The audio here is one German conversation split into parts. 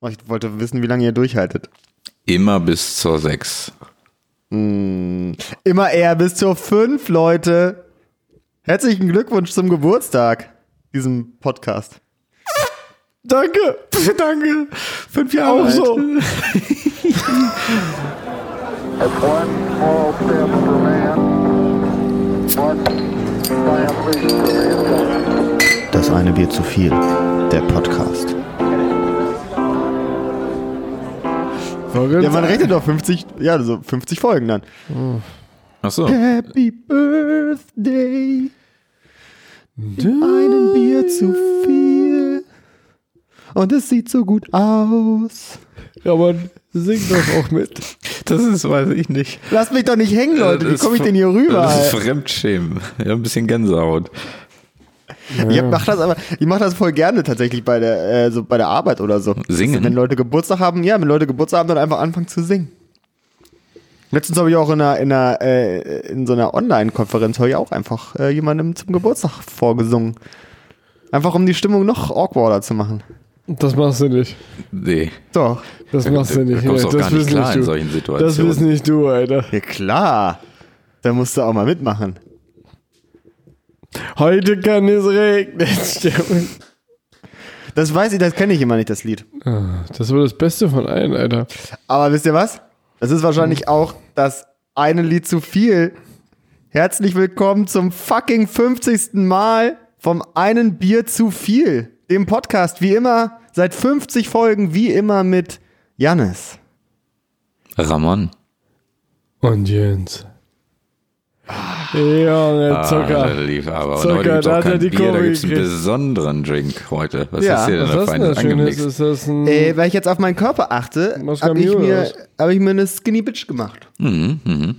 Oh, Ich wollte wissen, wie lange ihr durchhaltet. Immer bis zur 6. Hm. Immer eher bis zur 5, Leute. Herzlichen Glückwunsch zum Geburtstag, diesem Podcast. Danke, danke. Fünf Jahre Auch alt. so. That's one small step for man, one giant leap for mankind. Das eine Bier zu viel, der Podcast. Ja, man rechnet doch 50, ja, so 50 Folgen dann. Achso. Happy Birthday. Einen Bier zu viel. Und es sieht so gut aus. Ja, man, sing doch auch mit. Das ist, weiß ich nicht. Lasst mich doch nicht hängen, Leute. Wie Das ist komme ich fr- denn hier rüber? Das ist ey? Fremdschämen. Ja, ein bisschen Gänsehaut. Ich mach das aber, ich mache das voll gerne tatsächlich bei der, äh, so bei der Arbeit oder so. Singen? Wenn Leute Geburtstag haben, ja, wenn Leute Geburtstag haben, dann einfach anfangen zu singen. Letztens habe ich auch in einer, in einer, äh, in so einer Online-Konferenz habe ich auch einfach äh, jemandem zum Geburtstag vorgesungen. Einfach um die Stimmung noch awkwarder zu machen. Das machst du nicht. Nee. Doch. Das machst du da nicht. kommst du auch das gar nicht wissen klar in du. solchen Das Situationen. wissen nicht du, Alter. Ja klar. Da musst du auch mal mitmachen. Heute kann es regnen. Stimmt. Das weiß ich, das kenne ich immer nicht, das Lied. Das war das Beste von allen, Alter. Aber wisst ihr was? Das ist wahrscheinlich auch das eine Lied zu viel. Herzlich willkommen zum fucking 50. Mal vom einen Bier zu viel. Dem Podcast, wie immer, seit 50 Folgen, wie immer mit Jannis. Ramon. Und Jens. Junge Ah, Zucker. da lief aber. Und Zucker, heute gibt's da auch hat er kein die Bier, da Kurve gibt's einen gekriegt. besonderen Drink heute. Was Ja, ist hier denn Was da ist denn feines das Schönes? angemixt? Ist das ein Äh, weil ich jetzt auf meinen Körper achte, Moskau habe ich, Mule mir- oder Mhm. was? hab ich mir eine Skinny Bitch gemacht. Mhm, mhm.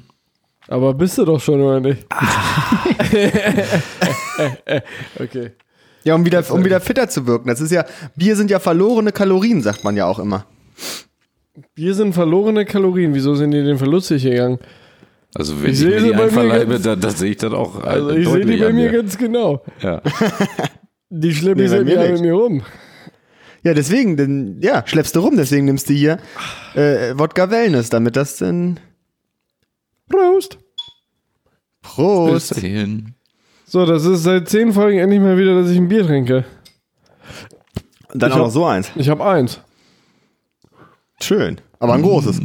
Aber bist du doch schon, oder nicht? okay. Ja, um wieder, um wieder fitter zu wirken. Das ist ja, Bier sind ja verlorene Kalorien, sagt man ja auch immer. Hier sind verlorene Kalorien. Wieso sind die den Verlust nicht gegangen? Also wenn Ich ich, mir sehe die sie bei mir einverleibe, ganz- dann, dann sehe ich das auch äh, Also ich sehe deutlich die bei an mir mir. ganz genau. Ja. Die schleppen Nee, bei nee, mir mit nicht. mir rum. Ja, deswegen, denn, ja, schleppst du rum, deswegen nimmst du hier äh, Wodka Wellness, damit das denn. Prost. Bis Prost! dahin. So, das ist seit zehn Folgen endlich mal wieder, dass ich ein Bier trinke. Und dann Ich auch hab- noch so eins. Ich habe eins. Schön. Aber ein großes.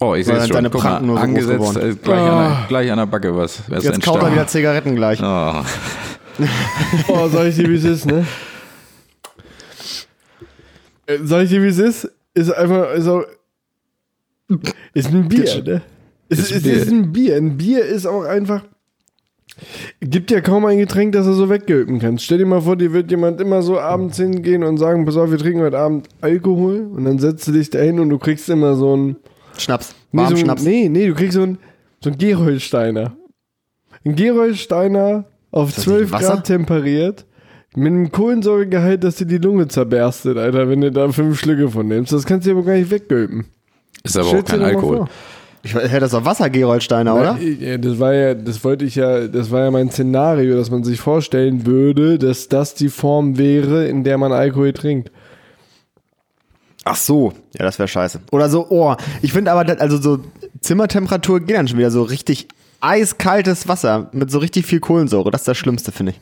Oh, ich sehe es Weil schon. deine Guck mal, Pranken nur so groß angesetzt, geworden. äh, gleich, an Ah. der, gleich an der Backe was. was Jetzt kaut er wieder Zigaretten gleich. Oh. Oh, sag ich dir, wie es ist, ne? Äh, Sag ich dir, wie es ist? Ist einfach, ist auch, ist ein Bier, ne? Es Ist ist, ein es Bier. ist ein Bier. Ein Bier ist auch einfach, gibt ja kaum ein Getränk, das du so weggehüpfen kannst. Stell dir mal vor, dir wird jemand immer so abends hingehen und sagen, pass auf, wir trinken heute Abend Alkohol und dann setzt du dich da hin und du kriegst immer so ein, Schnaps. Nee, Warm so, ein- Schnaps. nee, nee, du kriegst so einen so ein Gerolsteiner. Ein Gerolsteiner auf das nicht 12 Wasser? Grad temperiert. Mit einem Kohlensäuregehalt, dass dir die Lunge zerberstet, Alter, wenn du da fünf Schlücke von nimmst. Das kannst du dir aber gar nicht weggülpen. Ist aber auch Stell's dir kein doch mal Alkohol. vor. Ich hätte das auf Wasser, Gerolsteiner, oder? Ja, das war ja, das wollte ich ja, das war ja mein Szenario, dass man sich vorstellen würde, dass das die Form wäre, in der man Alkohol trinkt. Ach so. Ja, das wäre scheiße. Oder so, oh. Ich finde aber, das- also so Zimmertemperatur geht dann schon wieder so richtig eiskaltes Wasser mit so richtig viel Kohlensäure. Das ist das Schlimmste, finde ich.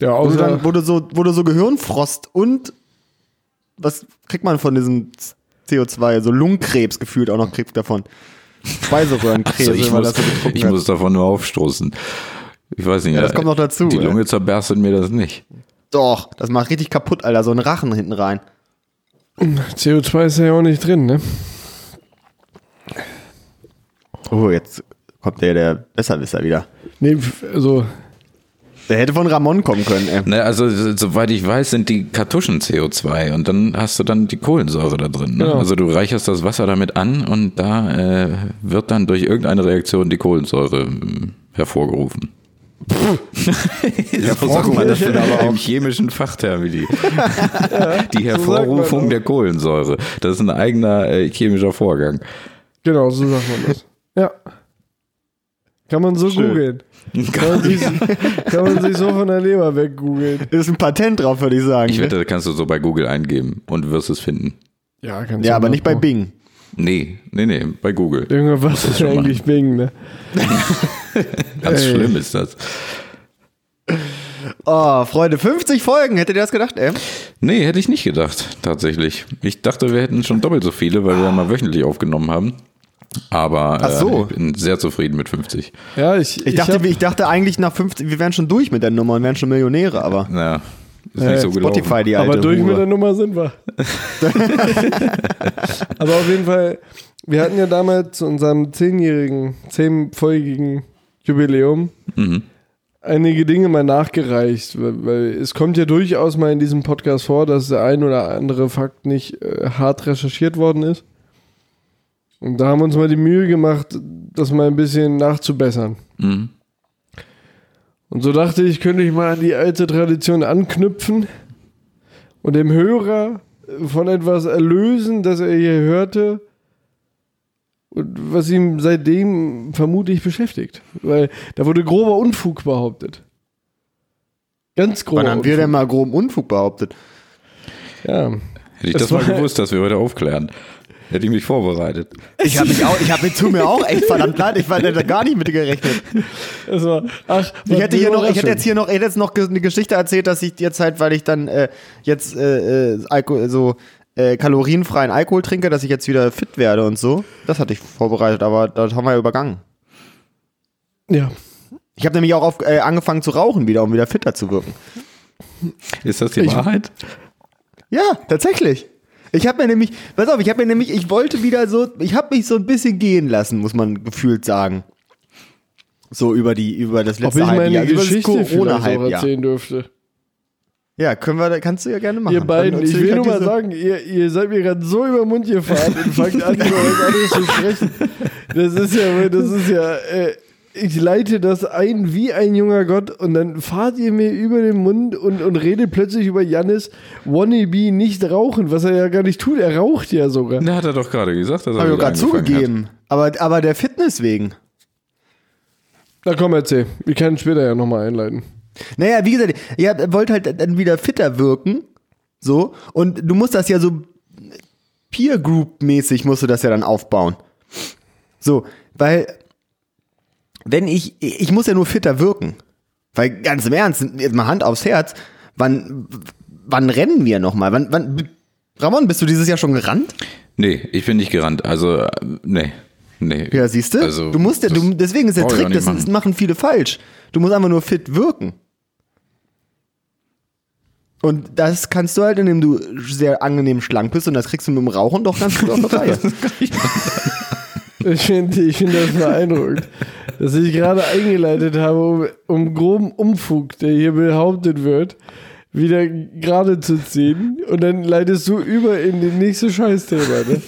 Ja, Wo du, außer, dann, wo, du so, wo du so Gehirnfrost und was kriegt man von diesem CO2? So Lungenkrebs gefühlt auch noch kriegt davon. Speiseröhrenkrebs, Also ich weil muss, das so getrunken ich wird. muss davon nur aufstoßen. Ich weiß nicht. Ja, das kommt noch dazu, Die ey. Lunge zerberstet mir das nicht. Doch, das macht richtig kaputt, Alter. So ein Rachen hinten rein. CO2 ist ja auch nicht drin, ne? Oh, jetzt kommt der, der Besserwisser wieder. Nee, also, Der hätte von Ramon kommen können, ey. Ne, also s- soweit ich weiß, sind die Kartuschen CO2 und dann hast du dann die Kohlensäure da drin. Ne? Genau. Also du reicherst das Wasser damit an und da äh, wird dann durch irgendeine Reaktion die Kohlensäure mm, hervorgerufen. Ja, so braucht sagt man man das das denn aber auch? im chemischen Fachtermini. die sagt man Hervorrufung auch. der Kohlensäure. Das ist ein eigener äh, chemischer Vorgang. Genau, so sagt man das. Ja. Kann man so Schön. googeln. Kann man, sich, kann man sich so von der Leber weggoogeln. Ist ein Patent drauf, würde ich sagen. Ich wette, das kannst du so bei Google eingeben und wirst es finden. Ja, kannst ja, aber nicht bei Bing. Nee, nee, nee, bei Google. Junge, was ist schon eigentlich Bing, ne? Ganz Ey. schlimm ist das. Oh, Freunde, 50 Folgen, hättet ihr das gedacht, ey? Nee, hätte ich nicht gedacht, tatsächlich. Ich dachte, wir hätten schon doppelt so viele, weil wir ja mal wöchentlich aufgenommen haben. Aber Ach so. äh, ich bin sehr zufrieden mit 50. Ja, ich, Ich dachte, hab- wir- ich dachte eigentlich nach 50, wir wären schon durch mit der Nummer und wären schon Millionäre, aber Naja, ist Äh, nicht so gelaufen. Spotify, die alte aber durch Hure. mit der Nummer sind wir. aber auf jeden Fall, wir hatten ja damals zu unserem zehnjährigen, zehnfolgigen Jubiläum Mhm. einige Dinge mal nachgereicht, weil, weil es kommt ja durchaus mal in diesem Podcast vor, dass der ein oder andere Fakt nicht äh, hart recherchiert worden ist. Und da haben wir uns mal die Mühe gemacht, das mal ein bisschen nachzubessern. Mhm. Und so dachte ich, könnte ich mal an die alte Tradition anknüpfen und dem Hörer von etwas erlösen, das er hier hörte und was ihm seitdem vermutlich beschäftigt. Weil da wurde grober Unfug behauptet. Ganz grober wann haben wir denn mal groben Unfug behauptet? Ja. Hätte ich Es das mal war- gewusst, dass wir heute aufklären. Hätte ich mich vorbereitet. Ich habe mich auch, ich habe mir zu mir auch echt verdammt leid, ich war da gar nicht mit gerechnet. Das war, ach, Ich hätte hier noch, ich hätte Überraschung. jetzt hier noch, ich hätte jetzt noch ge- eine Geschichte erzählt, dass ich jetzt halt, weil ich dann äh, jetzt äh, äh, Alko so äh, kalorienfreien Alkohol trinke, dass ich jetzt wieder fit werde und so. Das hatte ich vorbereitet, aber das haben wir ja übergangen. Ja. Ich habe nämlich auch auf, äh, angefangen zu rauchen wieder, um wieder fitter zu wirken. Ist das die Ich- Wahrheit? Ja, tatsächlich. Ich habe mir nämlich, pass auf, ich habe mir nämlich, ich wollte wieder so, ich habe mich so ein bisschen gehen lassen, muss man gefühlt sagen. So über die, über das Ob letzte ich meine Halbjahr, über das Geschichte vielleicht auch Corona-Halbjahr. erzählen dürfte. Ja, können wir, kannst du ja gerne machen. Ihr beiden, Dann ich erzähl will halt nur mal diese- sagen, ihr, ihr seid mir gerade so über den Mund gefahren und fangt an, über was anderes zu sprechen. Das ist ja, das ist ja, äh, ich leite das ein wie ein junger Gott und dann fahrt ihr mir über den Mund und, und redet plötzlich über Jannis Wannabe nicht rauchen, was er ja gar nicht tut, er raucht ja sogar. Na, hat er doch gerade gesagt, dass er Hab ich auch wieder gerade angefangen zugegeben. Aber, aber der Fitness wegen. Na komm, erzähl, wir können später ja nochmal einleiten. Naja, wie gesagt, ihr wollt halt dann wieder fitter wirken. So. Und du musst das ja so Peer Group-mäßig musst du das ja dann aufbauen. So, weil wenn ich, ich muss ja nur fitter wirken. Weil ganz im Ernst, jetzt mal Hand aufs Herz, wann, wann rennen wir nochmal? Wann, wann, Ramon, bist du dieses Jahr schon gerannt? hat. Nee, ich bin nicht gerannt. Also, äh, nee. nee. Ja, siehst du? Also, du musst ja, das- du, deswegen ist der brauch ich auch Trick, nicht das das machen. machen viele falsch. Du musst einfach nur fit wirken. Und das kannst du halt, indem du sehr angenehm schlank bist und das kriegst du mit dem Rauchen doch ganz gut auf der Reihe. Ich finde ich find das beeindruckend, dass ich gerade eingeleitet habe, um, um groben Umfug, der hier behauptet wird, wieder gerade zu ziehen. Und dann leitest du über in das nächste Scheißthema. Ne?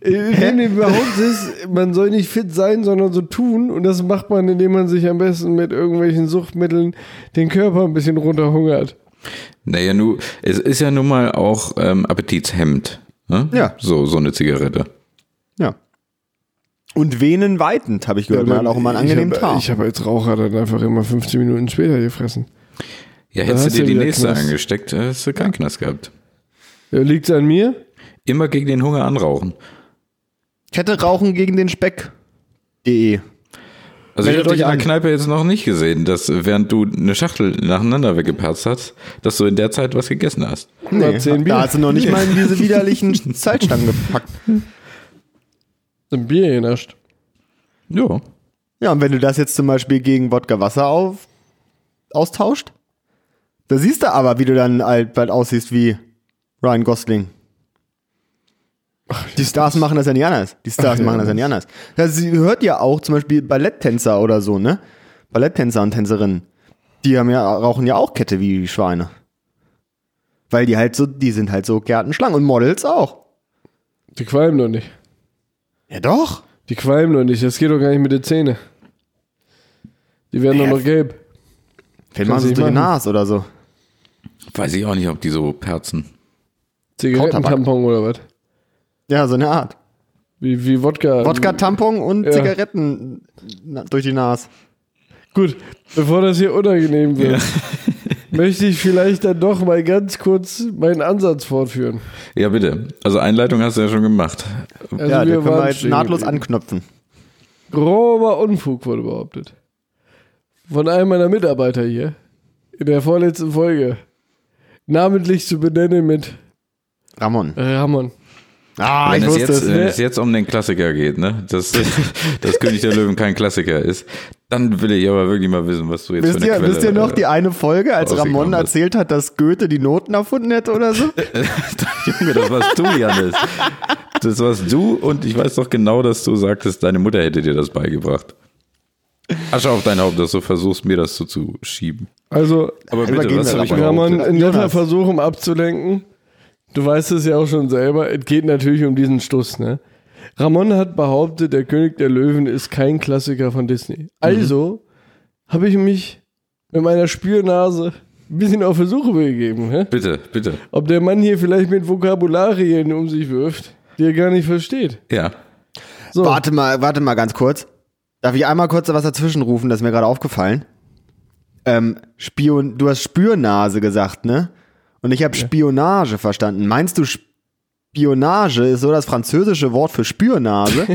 Indem du behauptest, man soll nicht fit sein, sondern so tun. Und das macht man, indem man sich am besten mit irgendwelchen Suchtmitteln den Körper ein bisschen runterhungert. Naja, nu, es ist ja nun mal auch ähm, appetitshemmend. Ne? Ja. So, so eine Zigarette. ja. Und Venen weitend, habe ich gehört. Man hat auch immer einen angenehmen ich hab, Tag. Ich habe als Raucher dann einfach immer 15 Minuten später gefressen. Ja, hättest du hast dir du die wieder nächste Knast. angesteckt, äh, hättest du keinen Knast gehabt. Ja, liegt's an mir? Immer gegen den Hunger anrauchen. Kette rauchen gegen den Speck.de. Also ich Meldet habe dich euch in der an. Kneipe jetzt noch nicht gesehen, dass äh, während du eine Schachtel nacheinander weggepatzt hast, dass du in der Zeit was gegessen hast. Na, zehn Bier. da hast du noch nicht mal in diese widerlichen Zeitstangen gepackt. Ein Bier genascht. Ja. Ja, und wenn du das jetzt zum Beispiel gegen Wodka Wasser auf, austauscht, da siehst du aber, wie du dann halt bald aussiehst wie Ryan Gosling. Die Stars machen das ja nicht anders. Die Stars Ach, ja. machen das ja nicht anders. Das hört ja auch zum Beispiel Balletttänzer oder so, ne? Balletttänzer und Tänzerinnen. Die haben ja, rauchen ja auch Kette wie die Schweine. Weil die halt so, die sind halt so gärtenschlank. Und Models auch. Die qualmen doch nicht. Ja, doch. Die qualmen doch nicht. Das geht doch gar nicht mit den Zähnen. Die werden doch noch gelb. Vielleicht machen sie sie es durch die machen. Nase oder so. Weiß ich auch nicht, ob die so perzen. Zigarettentampon oder was? Ja, so eine Art. Wie, wie Wodka. Wodka, Tampon und Ja. Zigaretten na, durch die Nase. Gut, bevor das hier unangenehm wird, möchte ich vielleicht dann doch mal ganz kurz meinen Ansatz fortführen. Ja, bitte. Also Einleitung hast du ja schon gemacht. Also ja, da können wir waren jetzt stehen nahtlos geblieben. anknüpfen. Grober Unfug wurde behauptet. Von einem meiner Mitarbeiter hier. In der vorletzten Folge. Namentlich zu benennen mit Ramon. Ramon. Ah, Wenn ich es, wusste jetzt, es. wenn es jetzt um den Klassiker geht, ne? Dass, dass König der Löwen kein Klassiker ist, dann will ich aber wirklich mal wissen, was du jetzt für Wisst eine ihr, Quelle, wisst ihr noch äh, die eine Folge, als rausgekommen Ramon ist. erzählt hat, dass Goethe die Noten erfunden hätte oder so? Junge, das warst du, Janis. Das warst du und ich weiß doch genau, dass du sagtest, deine Mutter hätte dir das beigebracht. Asche auf dein Haupt, dass du versuchst, mir das so zu schieben. Also, Aber bitte, Übergehen was wir habe ich aber. behauptet? Ramon, in netter Jonas. Versuch, um abzulenken. Du weißt es ja auch schon selber. Es geht natürlich um diesen Stuss, ne? Ramon hat behauptet, der König der Löwen ist kein Klassiker von Disney. Also habe ich mich mit meiner Spürnase ein bisschen auf Versuche begeben, ne? Bitte, bitte. ob der Mann hier vielleicht mit Vokabularien um sich wirft, die er gar nicht versteht. Ja. So, Warte mal, warte mal ganz kurz. Darf ich einmal kurz was dazwischen rufen? Das ist mir gerade aufgefallen. Ähm, Spion, du hast Spürnase gesagt, ne? Und ich habe Spionage verstanden. Meinst du, Spionage ist so das französische Wort für Spürnase?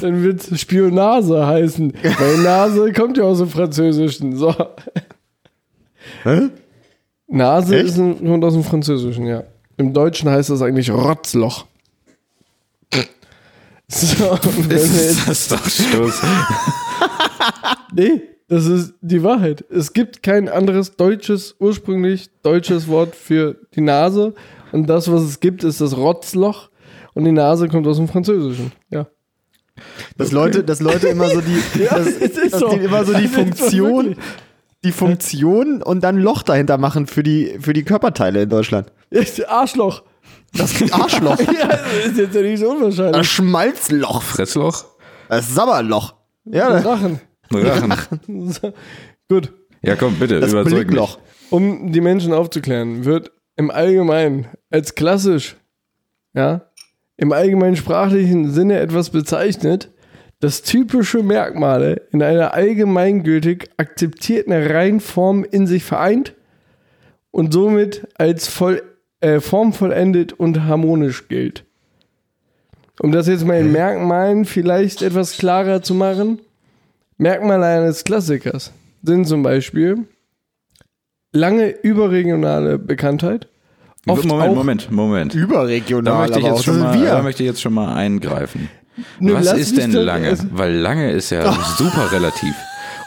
dann wird Spionase heißen. Weil Nase kommt ja aus dem Französischen. So. Hä? Nase Echt? ist ein, kommt aus dem Französischen, ja. Im Deutschen heißt das eigentlich Rotzloch. So, und wenn wir jetzt, Das ist doch Schluss. nee, das ist die Wahrheit. Es gibt kein anderes deutsches, ursprünglich deutsches Wort für die Nase. Und das, was es gibt, ist das Rotzloch. Und die Nase kommt aus dem Französischen. Ja. Dass Leute, dass Leute immer so die, dass, es ist dass so. die immer so Es die ist so Funktion, wirklich. die Funktion und dann ein Loch dahinter machen für die, für die Körperteile in Deutschland. Echt, Arschloch. Das Arschloch, Ja, das ist jetzt ja nicht so das unwahrscheinlich. Schmalzloch, Pressloch? das Sabberloch. Ja, Ein Drachen. Rachen. So. Gut. Ja, komm, bitte, das überzeug mich. Blickloch. Um die Menschen aufzuklären, wird im Allgemeinen als klassisch, ja, im allgemeinen sprachlichen Sinne etwas bezeichnet, das typische Merkmale in einer allgemeingültig akzeptierten Reihenform in sich vereint und somit als voll, äh, formvollendet und harmonisch gilt. Um das jetzt mal in Merkmalen vielleicht etwas klarer zu machen, Merkmale eines Klassikers sind zum Beispiel lange überregionale Bekanntheit. Oft Moment, auch Moment, Moment. Überregional, Da möchte, ich aber jetzt auch. schon Das mal, sind wir. da möchte ich jetzt schon mal eingreifen. Nö, Was lass ist mich also- denn dann- lange? es- Weil lange ist ja super relativ.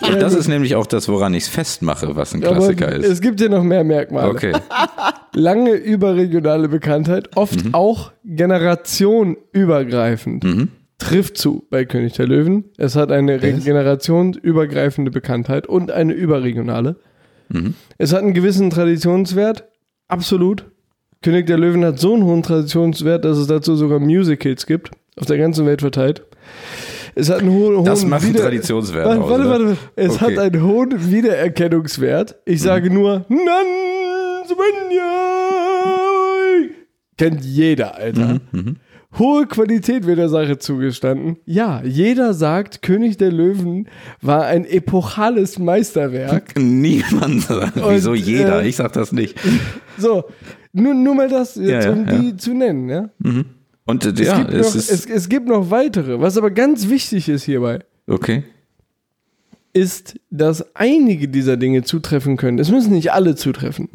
Und das ist nämlich auch das, woran ich es festmache, was ein Klassiker aber ist. Es gibt ja noch mehr Merkmale. Okay. Lange überregionale Bekanntheit, oft Mhm. auch generationübergreifend. Trifft zu bei König der Löwen. Es hat eine re- generationsübergreifende Bekanntheit und eine überregionale. Mhm. Es hat einen gewissen Traditionswert, absolut. König der Löwen hat so einen hohen Traditionswert, dass es dazu sogar Musicals gibt, auf der ganzen Welt verteilt. Es hat einen hohen, hohen Das macht einen Wieder- Traditionswert Warte, aus, warte, ne? warte, Es Okay. Mhm. hat einen hohen Wiedererkennungswert. Ich sage nur Nan Svenja. Kennt jeder, Alter. Mhm, Hohe Qualität wird der Sache zugestanden. Ja, jeder sagt, König der Löwen war ein epochales Meisterwerk. Niemand sagt, wieso Und, jeder? äh, ich sag das nicht. So, nur, nur mal das, jetzt, Ja, ja, um die zu nennen. Ja? Und äh, Es, ja, gibt es noch, ist. es, es gibt noch weitere. Was aber ganz wichtig ist hierbei, okay. ist, dass einige dieser Dinge zutreffen können. Es müssen nicht alle zutreffen.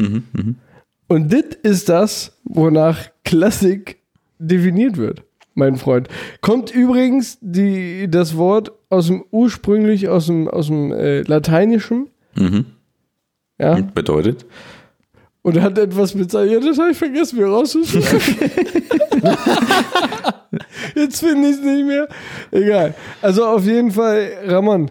Und das ist das, wonach Klassik definiert wird, mein Freund. Kommt übrigens die, das Wort aus dem ursprünglich aus dem, aus dem äh, Lateinischen. Ja, Bedeutet. und hat etwas bezeichnet. Ja, das habe ich vergessen, mir rauszuschreiben. Jetzt finde ich es nicht mehr. Egal. Also auf jeden Fall, Ramon.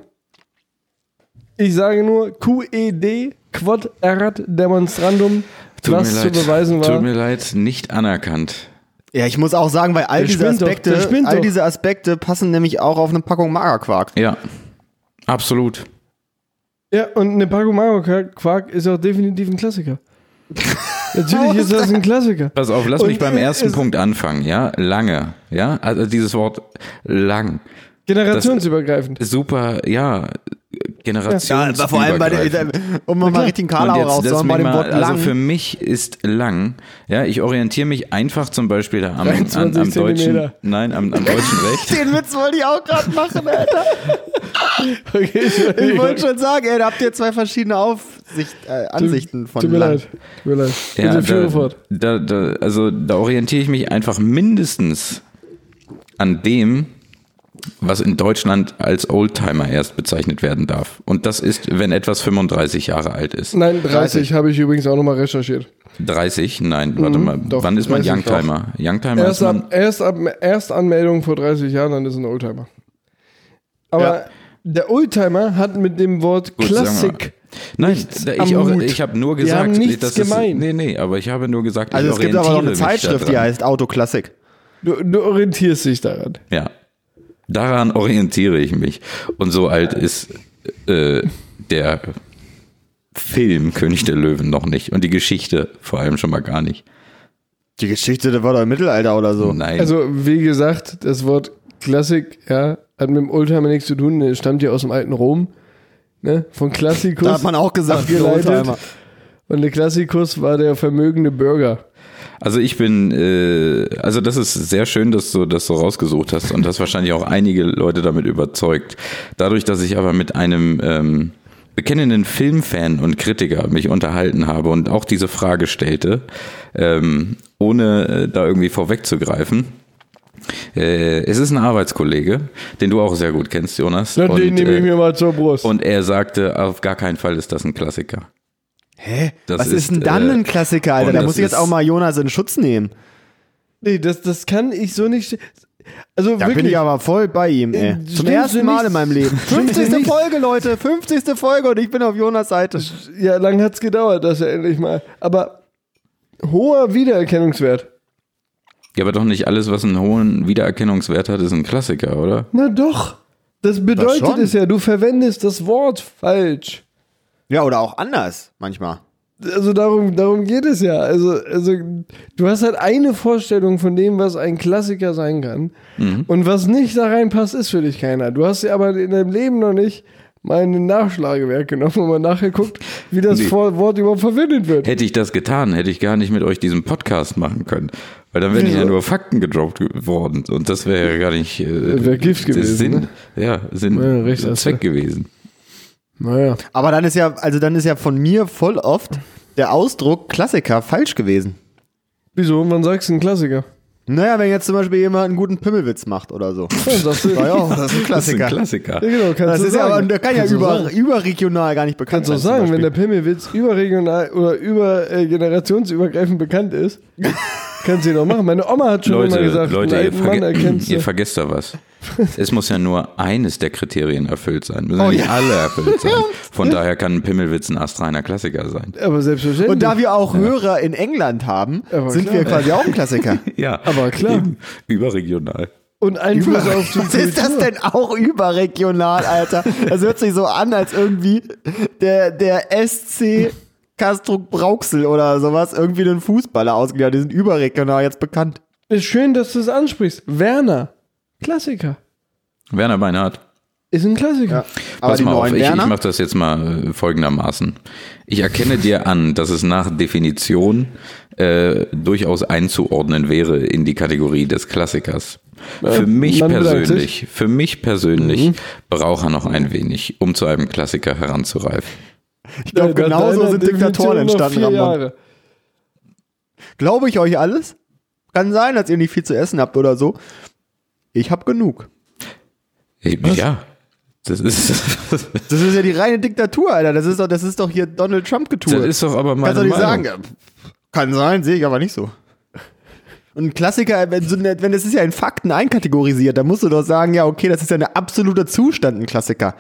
Ich sage nur E QED, Quod erat demonstrandum, Tut was mir zu leid. beweisen war. Tut mir leid, nicht anerkannt. Ja, ich muss auch sagen, weil all Der diese spinnt doch, der Aspekte, spinnt all doch. diese Aspekte passen nämlich auch auf eine Packung Magerquark. Ja. Absolut. Ja, und eine Paco Mago Quark ist auch definitiv ein Klassiker. Natürlich ist das ein Klassiker. Pass auf, lass Und äh, mich beim es- ersten Punkt anfangen, ja? Lange, ja? Also dieses Wort lang. Generationsübergreifend. Super, ja, Generation. Ja, vor allem bei den, um mal richtigen Und Karlau jetzt lass rauszuhauen, mich bei dem mal, Wort also lang. für mich ist lang, ja, ich orientiere mich einfach zum Beispiel da am, an, am 23 deutschen, Zentimeter. nein, am, am deutschen Recht. den Witz wollte ich auch gerade machen, Alter. Okay, Ich wollte schon sagen, ey, da habt ihr zwei verschiedene Aufsicht, äh, Ansichten von Tut mir lang. leid. Tut mir leid. Ja, Bitte führe da, fort. da, da, also da orientiere ich mich einfach mindestens an dem, was in Deutschland als Oldtimer erst bezeichnet werden darf. Und das ist, wenn etwas 35 Jahre alt Hm. ist. Nein, 30 habe ich übrigens auch nochmal recherchiert. 30? Nein, Hm, warte mal. doch, Wann ist man 30 Youngtimer? Youngtimer ist Erst, man. ab, erst ab Erstanmeldung vor 30 Jahren, dann ist ein Oldtimer. Aber Ja. der Oldtimer hat mit dem Wort Gut, sagen wir Klassik. mal. Nein, da- ich, am auch- Hut. ich habe nur Wir gesagt, haben nichts das gemein. ist. Nee, nee, aber ich habe nur gesagt, Also ich es gibt aber noch eine orientiere mich da Zeitschrift, die dran. heißt Autoklassik. Du, du orientierst dich daran. Ja. Daran orientiere ich mich. Und so alt ist äh, der Film König der Löwen noch nicht. Und die Geschichte vor allem schon mal gar nicht. Die Geschichte, das war doch im Mittelalter oder so. Nein. Also, wie gesagt, das Wort Klassik ja, hat mit dem Oldtimer nichts zu tun. Das stammt ja aus dem alten Rom. Ne? Von Klassikus. Da hat man auch gesagt, Abgeleitet. Oldtimer. Und der Klassikus war der vermögende Bürger. Also ich bin, äh, also das ist sehr schön, dass du das so rausgesucht hast und hast wahrscheinlich auch einige Leute damit überzeugt. Dadurch, dass ich aber mit einem ähm, bekennenden Filmfan und Kritiker mich unterhalten habe und auch diese Frage stellte, ähm, ohne äh, da irgendwie vorwegzugreifen. Äh, es ist ein Arbeitskollege, den du auch sehr gut kennst, Jonas. Na, den nehme ich äh, mir mal zur Brust. und er sagte, auf gar keinen Fall ist das ein Klassiker. Hä? Das Was ist ist, denn dann äh, ein Klassiker, Alter? und Da das muss ich jetzt ist- auch mal Jonas in Schutz nehmen. nee, das, das kann ich so nicht. Also Da wirklich. bin ich aber voll bei ihm, ey. Äh, Zum stimmst du ersten Mal nicht? in meinem Leben. Stimmst du 50. nicht? Folge, Leute. 50. Folge und ich bin auf Jonas Seite. Ja, lang hat's gedauert, dass er endlich mal. Aber hoher Wiedererkennungswert. Ja, aber doch nicht alles, was einen hohen Wiedererkennungswert hat, ist ein Klassiker, oder? Na doch. Das bedeutet schon. es ja, du verwendest das Wort falsch. Ja, oder auch anders manchmal. Also darum, darum geht es ja. Also, also du hast halt eine Vorstellung von dem, was ein Klassiker sein kann. Mhm. Und was nicht da reinpasst, ist für dich keiner. Du hast ja aber in deinem Leben noch nicht mal ein Nachschlagewerk genommen und mal nachgeguckt, wie das Nee. Vor- Wort überhaupt verwendet wird. Hätte ich das getan, hätte ich gar nicht mit euch diesen Podcast machen können. Weil dann wären ja nur Fakten gedroppt worden. Und das wäre ja gar nicht. Äh, Wäre Gift der gewesen, Sinn, ne? Ja, Sinn Ja, recht und hast Zweck gewesen. Naja. Aber dann ist ja, also dann ist ja von mir voll oft der Ausdruck Klassiker falsch gewesen. Wieso? Und wann sagst du ein Klassiker? Naja, wenn jetzt zum Beispiel jemand einen guten Pimmelwitz macht oder so. Dann sagst du, War ja auch, das ist ein Das ist Klassiker. ein Klassiker. Ja, genau, kannst Das du ist ja, sagen. aber, der kann ja kannst du über, sagen. überregional gar nicht bekannt Kannst du sein. sagen, zum wenn der Beispiel. Pimmelwitz überregional oder über äh, generationsübergreifend bekannt ist, kannst du ihn auch machen. Meine Oma hat schon Leute, immer gesagt, Leute ihr, einen alten Mann verge erkennst ihr du. vergesst da was. Es muss ja nur eines der Kriterien erfüllt sein. Müssen ja Oh nicht ja. alle erfüllt sein. Von daher kann ein Pimmelwitz ein astreiner Klassiker sein. Aber selbstverständlich. Und da wir auch Hörer in England haben, Aber sind klar. wir quasi auch ein Klassiker. Ja, Aber klar. eben. Überregional. und Einfluss auf die Was ist das Kultur. denn auch überregional, Alter? Das hört sich so an, als irgendwie der, der SC Kastrup Brauxel oder sowas irgendwie den Fußballer ausgeliehen. hat. Die sind überregional jetzt bekannt. Ist schön, dass du es ansprichst. Werner, Klassiker. Werner Beinhardt. Ist ein Klassiker. Aber Pass die mal auf, neuen ich, ich Werner? mache das jetzt mal äh, folgendermaßen. Ich erkenne dir an, dass es nach Definition äh, durchaus einzuordnen wäre in die Kategorie des Klassikers. Für mich dann bedankt persönlich, für mich Mhm. persönlich braucht er noch ein wenig, um zu einem Klassiker heranzureifen. ich glaube, Da- da- genauso deiner genau sind Definition Diktatoren noch entstanden. Vier Ramon. Jahre. Glaube ich euch alles? Kann sein, dass ihr nicht viel zu essen habt oder so. Ich hab genug. Ich- Ja, das ist, Das ist ja die reine Diktatur, Alter. Das ist doch, das ist doch hier Donald Trump-Getue. das ist doch aber mal. Kannst du nicht sagen. ja, pff, Kann sein, sehe ich aber nicht so. Und ein Klassiker, wenn, so eine- wenn das ist ja in Fakten einkategorisiert, dann musst du doch sagen, ja, okay, das ist ja ein absoluter Zustand, ein Klassiker.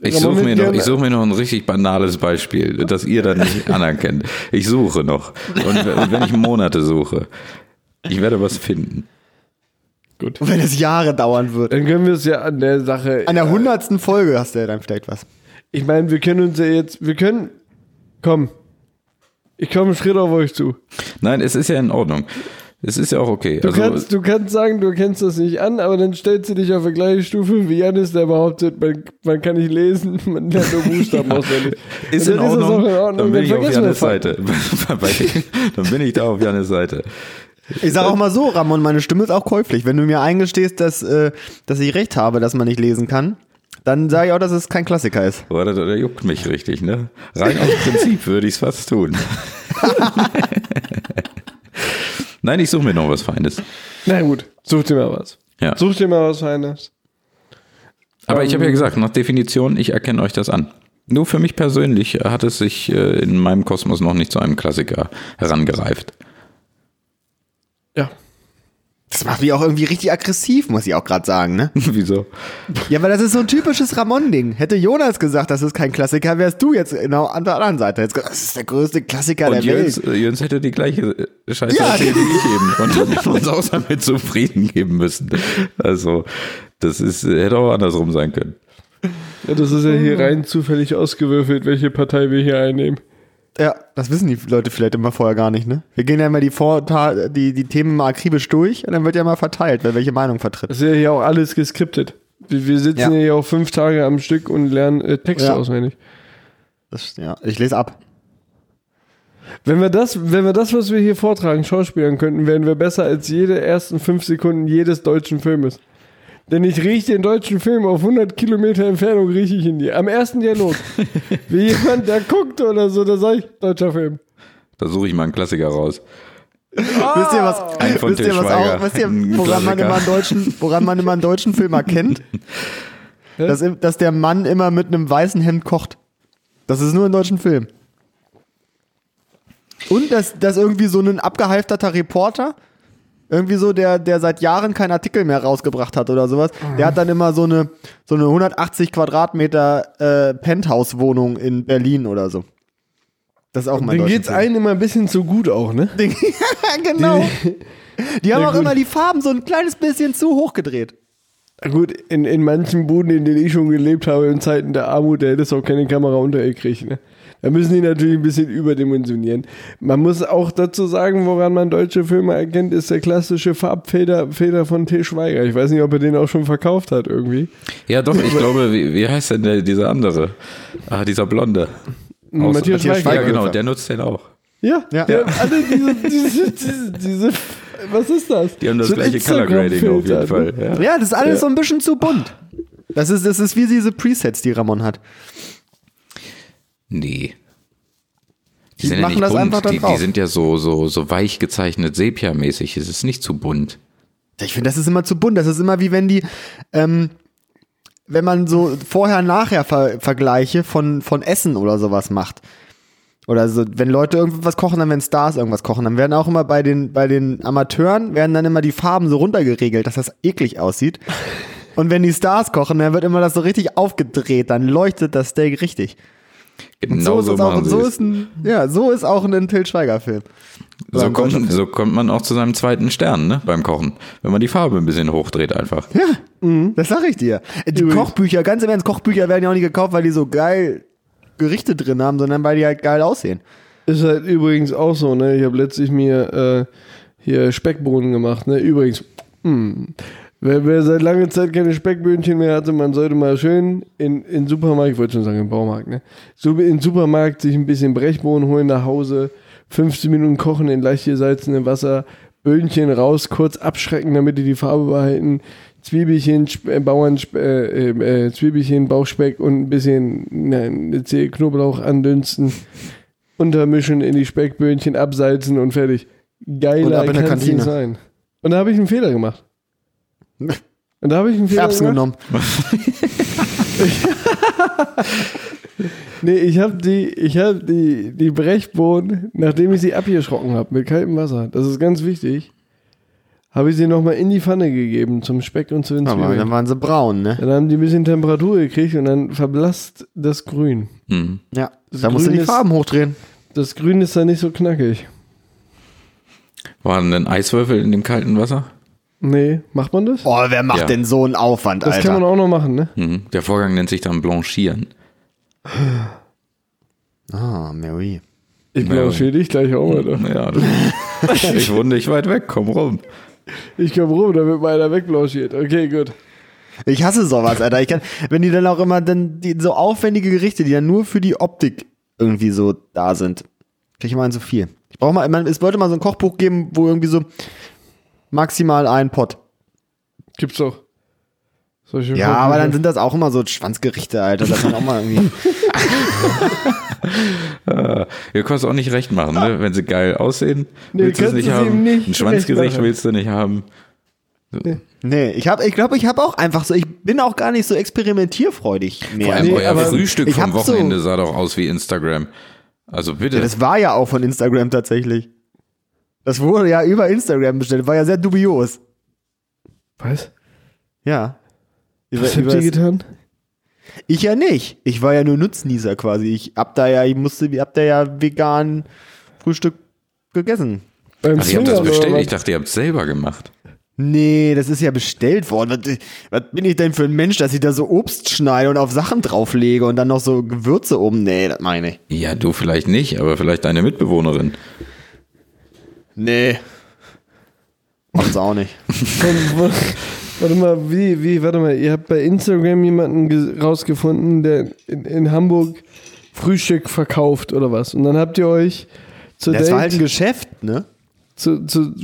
Ich Aber suche mit mir, noch, dir- ich such mir noch ein richtig banales Beispiel, das ihr dann nicht anerkennt. Ich suche noch. Und, w- und wenn ich Monate suche, ich werde was finden. Und wenn es Jahre dauern würde. Dann können wir es ja an der Sache. An der hundertsten Folge hast du ja dann vielleicht was. Ich meine, wir können uns ja jetzt, wir können, komm, Ich komme einen Schritt auf euch zu. Nein, es ist ja in Ordnung. Es ist ja auch okay. Also, Du, kannst, du kannst sagen, du kennst das nicht an, aber dann stellst du dich auf die gleiche Stufe wie Janis, der behauptet, man, man kann nicht lesen, man lernt nur Buchstaben auswendig. ist Und in dann ist es Ordnung. auch in Dann Ordnung, dann bin ich auf vergessen wir Jannes Fakten. Seite. Bei- bei- dann bin ich da auf Jannes Seite. Ich sage auch mal so, Ramon, meine Stimme ist auch käuflich. Wenn du mir eingestehst, dass, äh, dass ich recht habe, dass man nicht lesen kann, dann sage ich auch, dass es kein Klassiker ist. Boah, der, der juckt mich richtig, ne? Rein aus Prinzip würde ich es fast tun. Nein, ich suche mir noch was Feines. Na gut, such dir mal was. Ja. Such dir mal was Feines. Aber ich habe ja gesagt, nach Definition, ich erkenne euch das an. Nur für mich persönlich hat es sich äh, in meinem Kosmos noch nicht zu einem Klassiker herangereift. Ja. Das macht mich auch irgendwie richtig aggressiv, muss ich auch gerade sagen, ne? Wieso? Ja, weil das ist so ein typisches Ramon-Ding. Hätte Jonas gesagt, das ist kein Klassiker, wärst du jetzt genau an der anderen Seite. Jetzt, gesagt, das ist der größte Klassiker der Und Jöns, Welt. äh, Jöns hätte die gleiche äh, Scheiße Ja. erzählt wie ich eben. Und dann hätten wir uns auch damit zufrieden geben müssen. Also, das ist, äh, hätte auch andersrum sein können. ja. Das ist ja hier rein zufällig ausgewürfelt, welche Partei wir hier einnehmen. Ja, das wissen die Leute vielleicht immer vorher gar nicht, ne? Wir gehen ja immer die, Vorta die, die Themen mal akribisch durch und dann wird ja mal verteilt, wer welche Meinung vertritt. Das ist ja hier auch alles geskriptet. Wir, wir sitzen Ja. ja hier auch fünf Tage am Stück und lernen äh, Texte Ja. auswendig. Das, ja, ich lese ab. Wenn wir, das, wenn wir das, was wir hier vortragen, schauspielern könnten, wären wir besser als jede ersten fünf Sekunden jedes deutschen Filmes. Denn ich rieche den deutschen Film auf 100 Kilometer Entfernung, rieche ich ihn dir. Am ersten Dialog. Wie jemand, der guckt oder so, da sage ich, deutscher Film. Da suche ich mal einen Klassiker raus. Wisst ihr, was, Ein von wisst Til ihr, was Schweiger. auch, wisst ihr, Ein woran man, Klassiker. immer einen deutschen, woran man immer einen deutschen Film erkennt? dass, im- dass der Mann immer mit einem weißen Hemd kocht. Das ist nur in deutschen Filmen. Und dass, dass irgendwie so ein abgehalfterter Reporter, irgendwie so, der, der seit Jahren keinen Artikel mehr rausgebracht hat oder sowas, Ah, der hat dann immer so eine, so eine 180 Quadratmeter äh, Penthouse-Wohnung in Berlin oder so. Das ist auch mein Dann deutscher geht's Film. einem immer ein bisschen zu gut auch, ne? Ding. ja, genau. Die haben Ja, auch gut. immer die Farben so ein kleines bisschen zu hoch gedreht. Gut, in, in manchen Buden, in denen ich schon gelebt habe, in Zeiten der Armut, da hättest du auch keine Kamera untergekriegt. Ne? Da müssen die natürlich ein bisschen überdimensionieren. Man muss auch dazu sagen, woran man deutsche Filme erkennt, ist der klassische Farbfeder Feder von T. Schweiger. Ich weiß nicht, ob er den auch schon verkauft hat irgendwie. Ja, doch, ich glaube, wie, wie heißt denn der, dieser andere? Ah, dieser Blonde. Matthias ja, Schweighöfer. genau, der nutzt den auch. Ja, Ja. die haben alle diese, diese, diese, diese, was ist das? Die haben das So ein gleiche Color Grading auf jeden Instagram-Filter, Fall. ne? Ja. Ja, das ist alles so ein bisschen zu bunt. Das ist, das ist wie diese Presets, die Ramon hat. Nee. Die, Die sind ja machen nicht das bunt. einfach da die, die drauf. sind ja so, so, so weich gezeichnet, sepia-mäßig. Es ist nicht zu bunt. Ich finde, das ist immer zu bunt. Das ist immer wie wenn die, ähm, wenn man so vorher-nachher-Vergleiche von, von Essen oder sowas macht. Oder so, wenn Leute irgendwas kochen, dann werden Stars irgendwas kochen. Dann werden auch immer bei den, bei den Amateuren, werden dann immer die Farben so runtergeregelt, dass das eklig aussieht. Und wenn die Stars kochen, dann wird immer das so richtig aufgedreht. Dann leuchtet das Steak richtig. Und so Genau so, ist es auch, machen und so sie es. ist ein, ja, so ist auch ein Til Schweiger-Film. Oder So ein deutscher kommt, so kommt man auch zu seinem zweiten Stern ne, beim Kochen, wenn man die Farbe ein bisschen hochdreht einfach. Das sag ich dir. Äh, Die Übrigens. Kochbücher, ganz im Ernst, Kochbücher werden ja auch nicht gekauft, weil die so geil Gerichte drin haben, sondern weil die halt geil aussehen. Ist halt übrigens auch so, ne? Ich habe letztlich mir äh, hier Speckbohnen gemacht, ne? Übrigens, hm, wer, wer seit langer Zeit keine Speckböhnchen mehr hatte, man sollte mal schön in, in Supermarkt, ich wollte schon sagen im Baumarkt, ne? So in Supermarkt sich ein bisschen Brechbohnen holen nach Hause, 15 Minuten kochen in leicht gesalzenem Wasser, Böhnchen raus, kurz abschrecken, damit die die Farbe behalten. Zwiebelchen, Sp- äh, Bauern, äh, äh, äh, Zwiebelchen, Bauchspeck und ein bisschen ne, Zehe Knoblauch andünsten untermischen in die Speckböhnchen, absalzen und fertig. Und Geiler ab in der kann es Kantine. nicht sein. Und da habe ich einen Fehler gemacht. Und da habe ich einen Fehler Erbsen gemacht. genommen. Nee, ich habe die, ich habe die, die Brechbohnen, nachdem ich sie abgeschrocken habe mit kaltem Wasser, das ist ganz wichtig, habe ich sie nochmal in die Pfanne gegeben zum Speck und zu den Aber dann Zwiebeln. waren sie braun, ne? Dann haben die ein bisschen Temperatur gekriegt und dann verblasst das Grün. Mhm. Ja. Das Da musst du die Grün ist- Farben hochdrehen. Das Grün ist dann nicht so knackig. Waren denn Eiswürfel in dem kalten Wasser? Nee, macht man das? Oh, wer macht Ja. denn so einen Aufwand, das Alter? kann man auch noch machen, ne? Mhm. Der Vorgang nennt sich dann Blanchieren. Ah, Mary. Ich blanchiere dich gleich auch mal. da. Ja, du, ich wohne nicht weit weg, komm rum. Ich komm rum, damit meiner wegblanchiert. Okay, gut. Ich hasse sowas, Alter. Ich kann, wenn die dann auch immer dann die, so aufwendige Gerichte, die dann nur für die Optik irgendwie so da sind, kriege ich immer ein zu viel. Ich brauche mal, man, es sollte mal so ein Kochbuch geben, wo irgendwie so maximal ein Pott. Gibt's doch. Solche ne? Ja, Kochen- aber dann sind das auch immer so Schwanzgerichte, Alter. Das kann auch mal irgendwie. Ihr könnt es auch nicht recht machen, Ah. ne? wenn sie geil aussehen. Nee, willst du es kannst nicht du sie haben. ihm nicht Ein recht Schwanzgesicht machen. willst du nicht haben. Nee, ich habe, ich glaube, ich habe auch einfach so, ich bin auch gar nicht so experimentierfreudig mehr. Vor allem Nee, euer aber Frühstück ich vom hab so- Wochenende sah doch aus wie Instagram. Also bitte. Ja, das war ja auch von Instagram tatsächlich. Das wurde ja über Instagram bestellt, war ja sehr dubios. Was? Ja. Über, Was habt über- ihr getan? ich ja nicht. Ich war ja nur Nutznießer quasi. Ich hab da ja, ich musste, ich hab da ja vegan Frühstück gegessen. Beim Ach, ihr habt das Swingern oder bestellt. was? Ich dachte, ihr habt es selber gemacht. Nee, das ist ja bestellt worden. Was, was bin ich denn für ein Mensch, dass ich da so Obst schneide und auf Sachen drauflege und dann noch so Gewürze oben? Nee, das meine ich. Ja, du vielleicht nicht, aber vielleicht deine Mitbewohnerin. Nee. Macht's auch nicht. Komm, wa- warte mal, wie, wie, warte mal, ihr habt bei Instagram jemanden ge- rausgefunden, der in, in Hamburg Frühstück verkauft oder was? Und dann habt ihr euch zu Das Date, war halt ein Geschäft, ne? zu, zu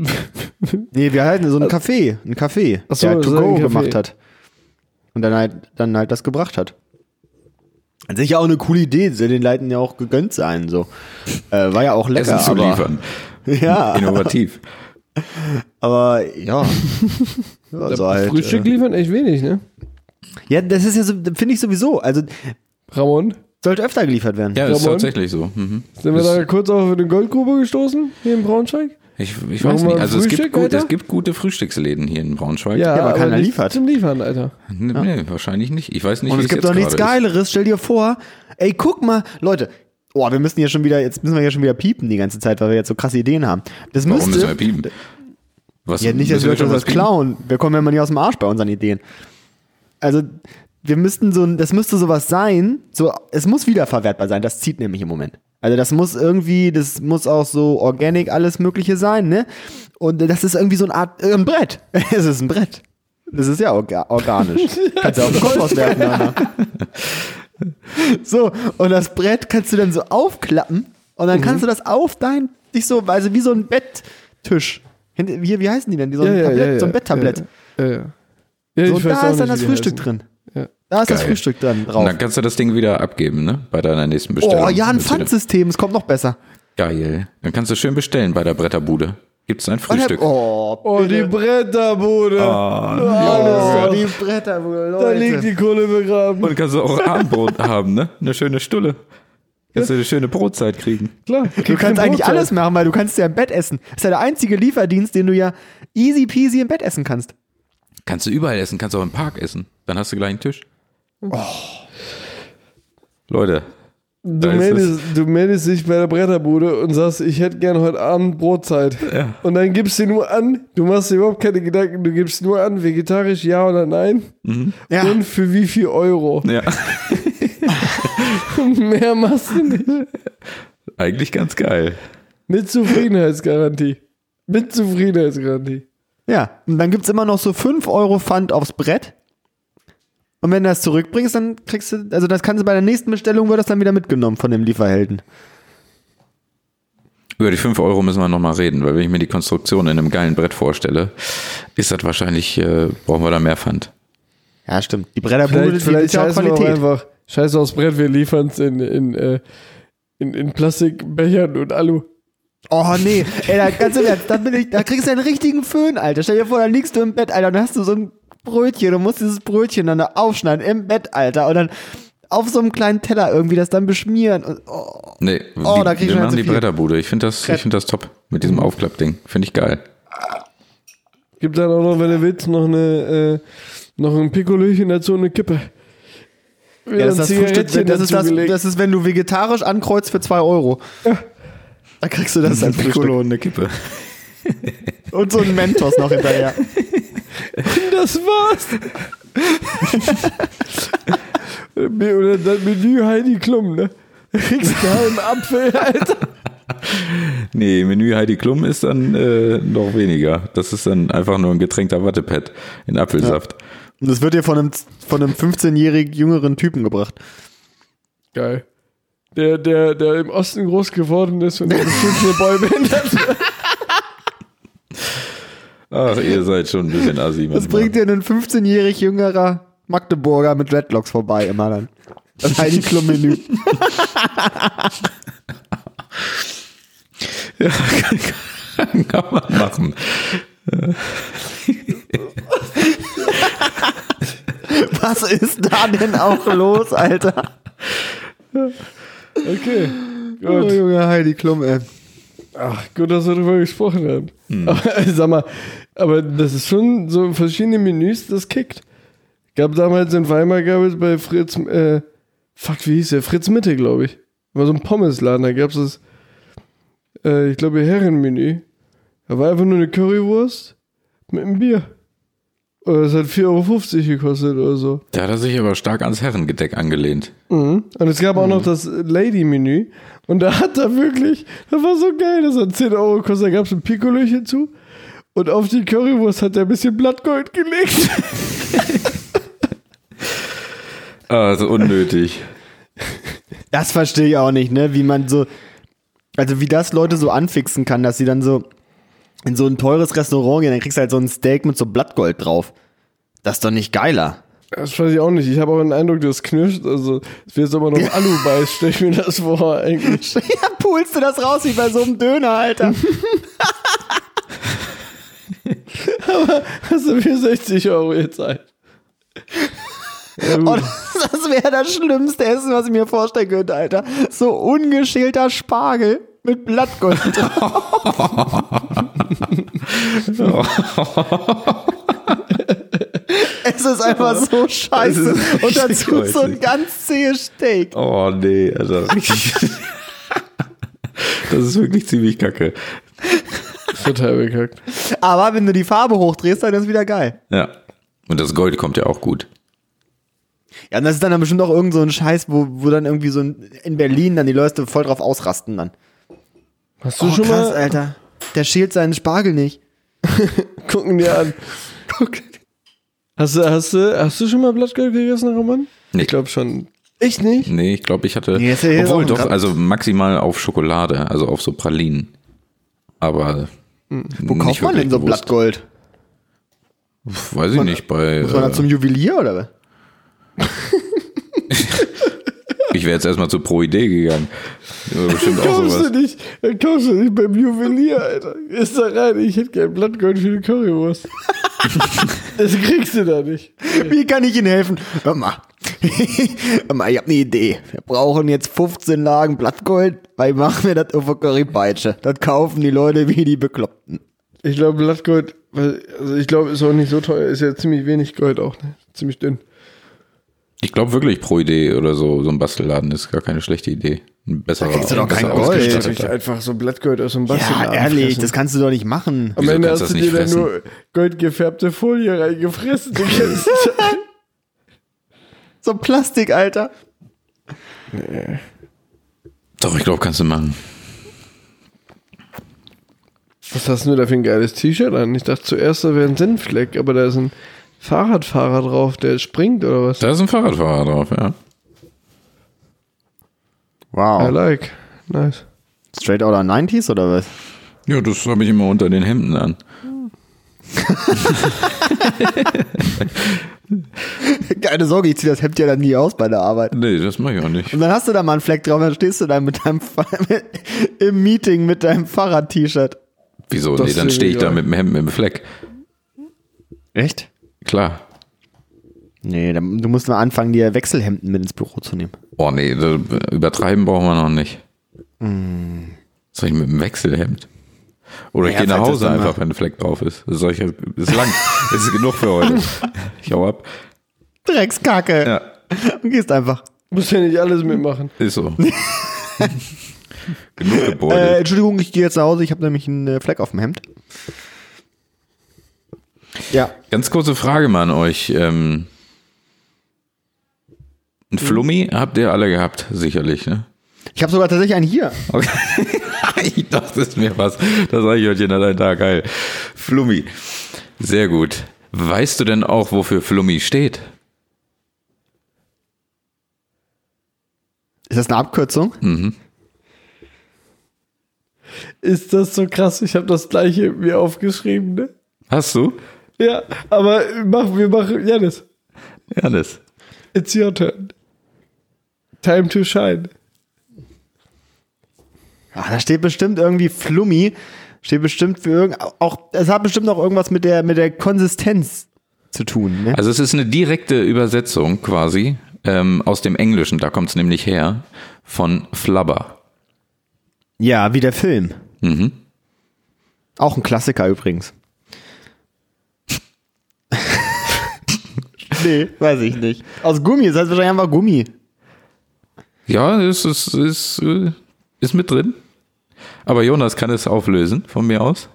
Nee, wir hatten so einen Kaffee, einen Kaffee, Ach so, der halt das to war ein go Kaffee. gemacht hat. Und dann halt, dann halt das gebracht hat. An sich ja auch eine coole Idee, soll den Leuten ja auch gegönnt sein, so. Äh, war ja auch lecker, Essen zu aber, liefern. Ja. Innovativ. aber ja. ja so halt, Frühstück liefern echt wenig, ne? Äh. Ja, das ist ja so, finde ich sowieso. Also, Ramon, sollte öfter geliefert werden. Ja, ist Ramon? tatsächlich so. Mhm. sind wir da kurz auf eine Goldgrube gestoßen, hier in Braunschweig? Ich, ich Machen weiß wir nicht. Also es gibt, Frühstück, gut, Alter? es gibt gute Frühstücksläden hier in Braunschweig. aber keiner nicht liefert. Zum Liefern, Alter. Nee, nee, wahrscheinlich nicht. Ich weiß nicht, Und wie es gibt jetzt doch nichts gerade ist. Geileres. Stell dir vor, ey, guck mal, Leute. Oh, wir müssen hier schon wieder, jetzt müssen wir hier schon wieder piepen die ganze Zeit, weil wir jetzt so krasse Ideen haben. Das Warum müssen wir müsste. piepen? Was, Ja, nicht, dass müssen wir schon uns das piepen? klauen. Wir kommen ja immer nicht aus dem Arsch bei unseren Ideen. Also, wir müssten so, ein- das müsste sowas sein, so, es muss wiederverwertbar sein, das zieht nämlich im Moment. Also, das muss irgendwie, das muss auch so organic alles Mögliche sein, ne? Und das ist irgendwie so eine Art, äh, ein Brett. es ist ein Brett. Das ist ja orga organisch. Kannst du auf den Kompost werfen, Anna. So, und das Brett kannst du dann so aufklappen und dann Mhm. kannst du das auf dein, dich so, also wie so ein Betttisch. Hinter- Wie, wie heißen die denn? Die so, ein Tablett, so ein Betttablett. Ja, ja. ja So, ich weiß da auch ist dann nicht, das wie die Frühstück heißen. drin. Ja. Da ist das Geil. Frühstück dran Und drauf. dann kannst du das Ding wieder abgeben, ne? Bei deiner nächsten Bestellung. Oh ja, ein Ist wieder- Pfandsystem, es kommt noch besser. Geil. Dann kannst du schön bestellen bei der Bretterbude. Gibt's ein Und Frühstück. dann- oh, Oh, die Bretterbude. oh, die Bretter, da liegt die Kohle begraben. Und kannst du auch Abendbrot haben, ne? Eine schöne Stulle. Kannst du eine schöne Brotzeit kriegen. Klar, Du kannst eigentlich alles machen, weil du kannst ja im Bett essen. Das ist ja der einzige Lieferdienst, den du ja easy peasy im Bett essen kannst. Kannst du überall essen, kannst auch im Park essen. Dann hast du gleich einen Tisch. Oh. Leute, Du Da ist meldest, du meldest dich bei der Bretterbude und sagst, ich hätte gern heute Abend Brotzeit. Und dann gibst du nur an, du machst dir überhaupt keine Gedanken, du gibst nur an, vegetarisch ja oder nein. Ja. Und für wie viel Euro. ja, Mehr machst du nicht. eigentlich ganz geil. Mit Zufriedenheitsgarantie. Mit Zufriedenheitsgarantie. Ja, und dann gibt's immer noch so 5 Euro Pfand aufs Brett. Und wenn du das zurückbringst, dann kriegst du, also das kannst du bei der nächsten Bestellung, wird das dann wieder mitgenommen von dem Lieferhelden. Über die 5 Euro müssen wir nochmal reden, weil wenn ich mir die Konstruktion in einem geilen Brett vorstelle, ist das wahrscheinlich, äh, brauchen wir da mehr Pfand. Ja, stimmt. Die Bretterbude, Vielleicht, die vielleicht ist ja auch scheißen wir auch Qualität. einfach. Scheiße aufs Brett, wir liefern es in, in, äh, in, in Plastikbechern und Alu. Oh nee, ey, da, ganz im Ernst, da, bin ich, da kriegst du einen richtigen Föhn, Alter. Stell dir vor, dann liegst du im Bett, Alter, und dann hast du so ein Brötchen und musst dieses Brötchen dann da aufschneiden im Bett, Alter, und dann auf so einem kleinen Teller irgendwie das dann beschmieren. Und, oh, Nee, Oh, die, da krieg ich wir schon machen zu die viel. Bretterbude. Ich finde das, ich find das top mit diesem Aufklappding. Finde ich geil. Gibt dann auch noch, wenn du willst, noch eine äh, noch ein Pikolöchen dazu und eine Kippe. Wieder ja, das, ein ist das, Frühstück, Zigarettchen das, ist das, dazugelegt. das ist, wenn du vegetarisch ankreuzt für 2 Euro. Da kriegst du das als Frühstück. und eine Kippe. Und so ein Mentos noch hinterher. Das war's. Oder das Menü Heidi Klum, ne? Kriegst du einen halben Apfel, Alter. Nee, Menü Heidi Klum ist dann äh, noch weniger. Das ist dann einfach nur ein getränkter Wattepad in Apfelsaft. Und das wird dir von einem, von einem 15-jährig jüngeren Typen gebracht. Geil. Der, der, der im Osten groß geworden ist und bestimmt eine Bäume hinter Ach, ihr seid schon ein bisschen assi. Das bringt dir ein 15-jährig jüngerer Magdeburger mit Dreadlocks vorbei immer dann. Das Heidi Klum Menü. Ja, kann, kann, kann man machen. Was ist da denn auch los, Alter? Okay. Oh, Gut. Junge, Heidi Klum, ey. Ach, gut, dass wir darüber gesprochen haben. Aber, äh, sag mal, aber das ist schon so verschiedene Menüs, das kickt. Gab damals in Weimar, gab es bei Fritz, äh, fuck, wie hieß der? Fritz Mitte, glaube ich. War so ein Pommesladen, da gab es das, äh, ich glaube, Herrenmenü. Da war einfach nur eine Currywurst mit einem Bier. Und das hat 4,50 Euro gekostet oder so. Da hat er sich aber stark ans Herrengedeck angelehnt. Und es gab auch noch das Lady-Menü. Und da hat er wirklich, das war so geil, das hat 10 Euro gekostet, da gab es ein Pikolöchen zu. Und auf die Currywurst hat er ein bisschen Blattgold gelegt. Ah, so unnötig. Das verstehe ich auch nicht, ne? Wie man so, also wie das Leute so anfixen kann, dass sie dann so in so ein teures Restaurant gehen, dann kriegst du halt so ein Steak mit so Blattgold drauf. Das ist doch nicht geiler. Das weiß ich auch nicht. Ich habe auch den Eindruck, das knirscht. Also, es wird jetzt aber noch Alu beißt, stelle ich mir das vor eigentlich. Ja, pulst du das raus wie bei so einem Döner, Alter. Hast du mir 60 Euro jetzt ein? Ja, gut. Oh, das das wäre das schlimmste Essen, was ich mir vorstellen könnte, Alter. So ungeschälter Spargel mit Blattgold drauf. es ist einfach so scheiße. Es ist Und dazu richtig so ein häufig. ganz zähes Steak. Oh nee, Alter. richtig. Das ist wirklich ziemlich kacke. Total bekackt. Aber wenn du die Farbe hochdrehst, dann ist es wieder geil. Ja. Und das Gold kommt ja auch gut. Ja, und das ist dann bestimmt auch irgend so ein Scheiß, wo, wo dann irgendwie so ein, in Berlin dann die Leute voll drauf ausrasten dann. Hast du schon mal? Oh, Alter. Der schält seinen Spargel nicht. Gucken dir an. Guck. Hast du, hast du, hast du schon mal Blattgold gegessen, Roman? Nee. Ich glaube schon. Ich nicht? Nee, ich glaube, ich hatte. Nee, ist ja jetzt auch obwohl ein doch, Grab. also maximal auf Schokolade, also auf so Pralinen. Aber. Wo Hm. Kauft man denn so Blattgold? Weiß ich nicht, bei. Muss man Äh, dann zum Juwelier oder was? ich wäre jetzt erstmal zu Pro Idee gegangen. Ja, Bestimmt auch Kommst sowas. du nicht, dann kommst du nicht beim Juwelier, Alter. Ist da rein, ich hätte gern Blattgold für die Currywurst. das kriegst du da nicht. Wie kann ich Ihnen helfen? Hör mal. Hör mal, ich habe eine Idee. Wir brauchen jetzt 15 Lagen Blattgold, weil machen wir das auf der Currypeitsche. Das kaufen die Leute wie die Bekloppten. Ich glaube, Blattgold, weil- also ich glaube, ist auch nicht so teuer, ist ja ziemlich wenig Gold auch, ne? Ziemlich dünn. Ich glaube wirklich Pro Idee oder so, so ein Bastelladen ist gar keine schlechte Idee. Ein besserer. kriegst du doch besser kein Gold. ausgestatteter. Alter. Ich einfach so Blattgold aus dem Bastel. Ja, ehrlich, das kannst du doch nicht machen. Am Wieso Ende kannst hast du du das dir nicht dann nur goldgefärbte Folie reingefressen. Du kannst So Plastik, Alter. Doch, ich glaube, kannst du machen. Was hast denn du da für ein geiles T-Shirt an? Ich dachte zuerst, da wäre ein Sinnfleck, aber da ist ein Fahrradfahrer drauf, der springt oder was? Da ist ein Fahrradfahrer drauf, ja. I Wow. like. Nice. Straight Outta 90s oder was? Ja, das habe ich immer unter den Hemden an. Keine Sorge, ich zieh das Hemd ja dann nie aus bei der Arbeit. Nee, das mache ich auch nicht. Und dann hast du da mal einen Fleck drauf, dann stehst du da mit deinem Fa- im Meeting mit deinem Fahrrad-T-Shirt. Wieso? Das Nee, dann ist stehe ich da egal. mit dem Hemd im Fleck. Echt? Klar. Nee, dann, du musst mal anfangen, dir Wechselhemden mit ins Büro zu nehmen. Oh nee, da- übertreiben brauchen wir noch nicht. Soll ich mit dem Wechselhemd? Oder ich Naja, gehe nach falls das Hause dann mal- einfach, wenn ein Fleck drauf ist. Das Soll ich, ist lang. Das ist genug für heute. Ich hau ab. Dreckskacke. Ja, Und gehst einfach. Muss ja nicht alles mitmachen. ist so. genug Äh, Gebäude. Entschuldigung, ich gehe jetzt nach Hause, ich habe nämlich einen äh, Fleck auf dem Hemd. Ja. Ganz kurze Frage mal an euch. Ähm, Hm. ein Flummi habt ihr alle gehabt, sicherlich, ne? Ich habe sogar tatsächlich einen hier. Okay. ich dachte es mir was. Das Eichhörnchen hat einen Tag, geil. Flummi. Sehr gut. Weißt du denn auch, wofür Flummi steht? Ist das eine Abkürzung? Ist das so krass? Ich habe das gleiche mir aufgeschrieben, ne? Hast du? Ja, aber mach, wir machen. Janis, Janis. it's your turn. Time to shine. Ah, da steht bestimmt irgendwie Flummi. Steht bestimmt für irgend auch es hat bestimmt auch irgendwas mit der mit der Konsistenz zu tun. Ne? Also es ist eine direkte Übersetzung quasi ähm, aus dem Englischen, da kommt es nämlich her, von Flubber. Ja, wie der Film. Mhm. Auch ein Klassiker übrigens. nee, weiß ich nicht. Aus Gummi, das heißt wahrscheinlich einfach Gummi. Ja, es ist, ist, äh, ist mit drin. Aber Jonas kann es auflösen, von mir aus.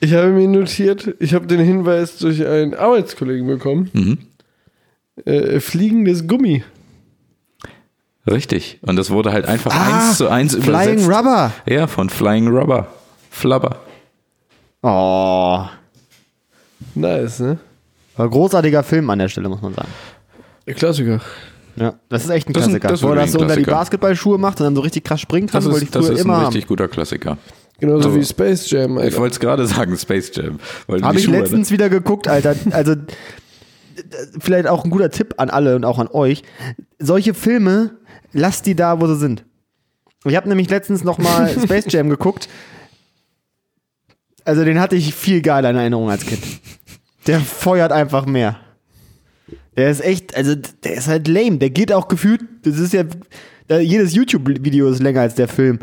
Ich habe mir notiert, ich habe den Hinweis durch einen Arbeitskollegen bekommen. Äh, fliegendes Gummi. Richtig. Und das wurde halt einfach Ah, eins zu eins Flying übersetzt. Rubber. Ja, von Flying Rubber. Flubber. Oh. Nice, ne? War ein großartiger Film an der Stelle, muss man sagen. Klassiker. Ja, das ist echt ein Das ist ein- Klassiker. das ist Wo er das wirklich so ein unter die Klassiker. Basketballschuhe macht und dann so richtig krass springen kann, Das wollte ich ist, das früher ist ein immer haben. richtig guter Klassiker. Genauso Aber- wie Space Jam. Ich Alter. wollte es gerade sagen, Space Jam. weil Habe die ich Schuhe- ne? letztens wieder geguckt, Alter. Also, d- vielleicht auch ein guter Tipp an alle und auch an euch. Solche Filme, lasst die da, wo sie sind. Ich habe nämlich letztens nochmal Space Jam geguckt. Also, den hatte ich viel geiler in Erinnerung als Kind. Der feuert einfach mehr. Der ist echt, also, der ist halt lame. Der geht auch gefühlt, das ist ja, da, jedes YouTube-Video ist länger als der Film.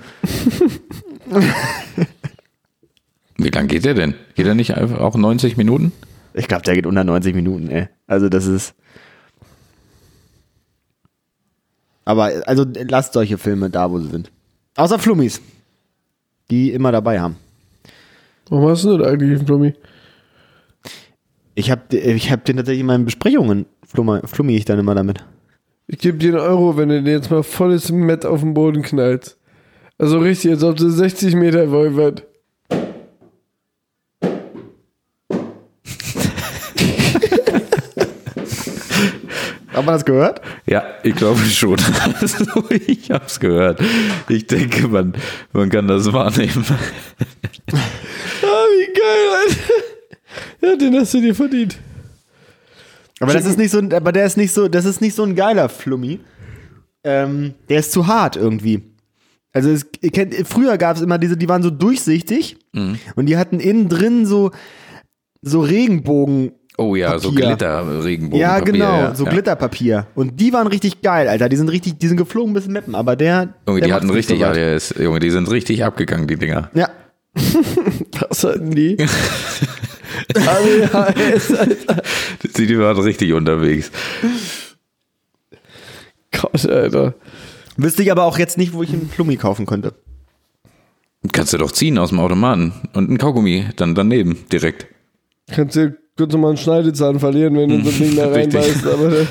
Wie lange geht der denn? Geht er nicht einfach auch 90 Minuten? Ich glaube, der geht unter 90 Minuten, ey. Also das ist. Aber also lasst solche Filme da, wo sie sind. Außer Flummis. Die immer dabei haben. Warum hast du das eigentlich, Blummi? Ich habe ich hab den tatsächlich in meinen Besprechungen flummi, flummi ich dann immer damit. Ich gebe dir einen Euro, wenn du dir jetzt mal volles Met auf den Boden knallst. Also richtig, als ob du 60 Meter weit weit. Hat man das gehört? Ja, ich glaube schon. Also, ich hab's gehört. Ich denke, man, man kann das wahrnehmen. Ah, wie geil, Alter. Ja, den hast du dir verdient. Aber das ist nicht so ein, aber der ist nicht so, das ist nicht so ein geiler Flummi. Ähm, der ist zu hart irgendwie. Also es, ihr kennt, früher gab es immer diese, die waren so durchsichtig und die hatten innen drin so, so Regenbogen. Oh ja, so Papier. Glitter, Regenbogen. ja, genau, so ja. Glitterpapier. Und die waren richtig geil, Alter. Die sind richtig, die sind geflogen bis Mappen, aber der. der Junge, die macht's hatten nicht richtig so weit. ADS. Junge, die sind richtig abgegangen, die Dinger. Ja. Was hatten die? Die, die waren richtig unterwegs. Gott, Alter. Wüsste ich aber auch jetzt nicht, wo ich einen Flummi kaufen könnte. Kannst du doch ziehen aus dem Automaten. Und ein Kaugummi dann daneben direkt. Kannst dir kurz nochmal einen Schneidezahn verlieren, wenn du so ein Ding da Richtig. reinbeißt. Aber der,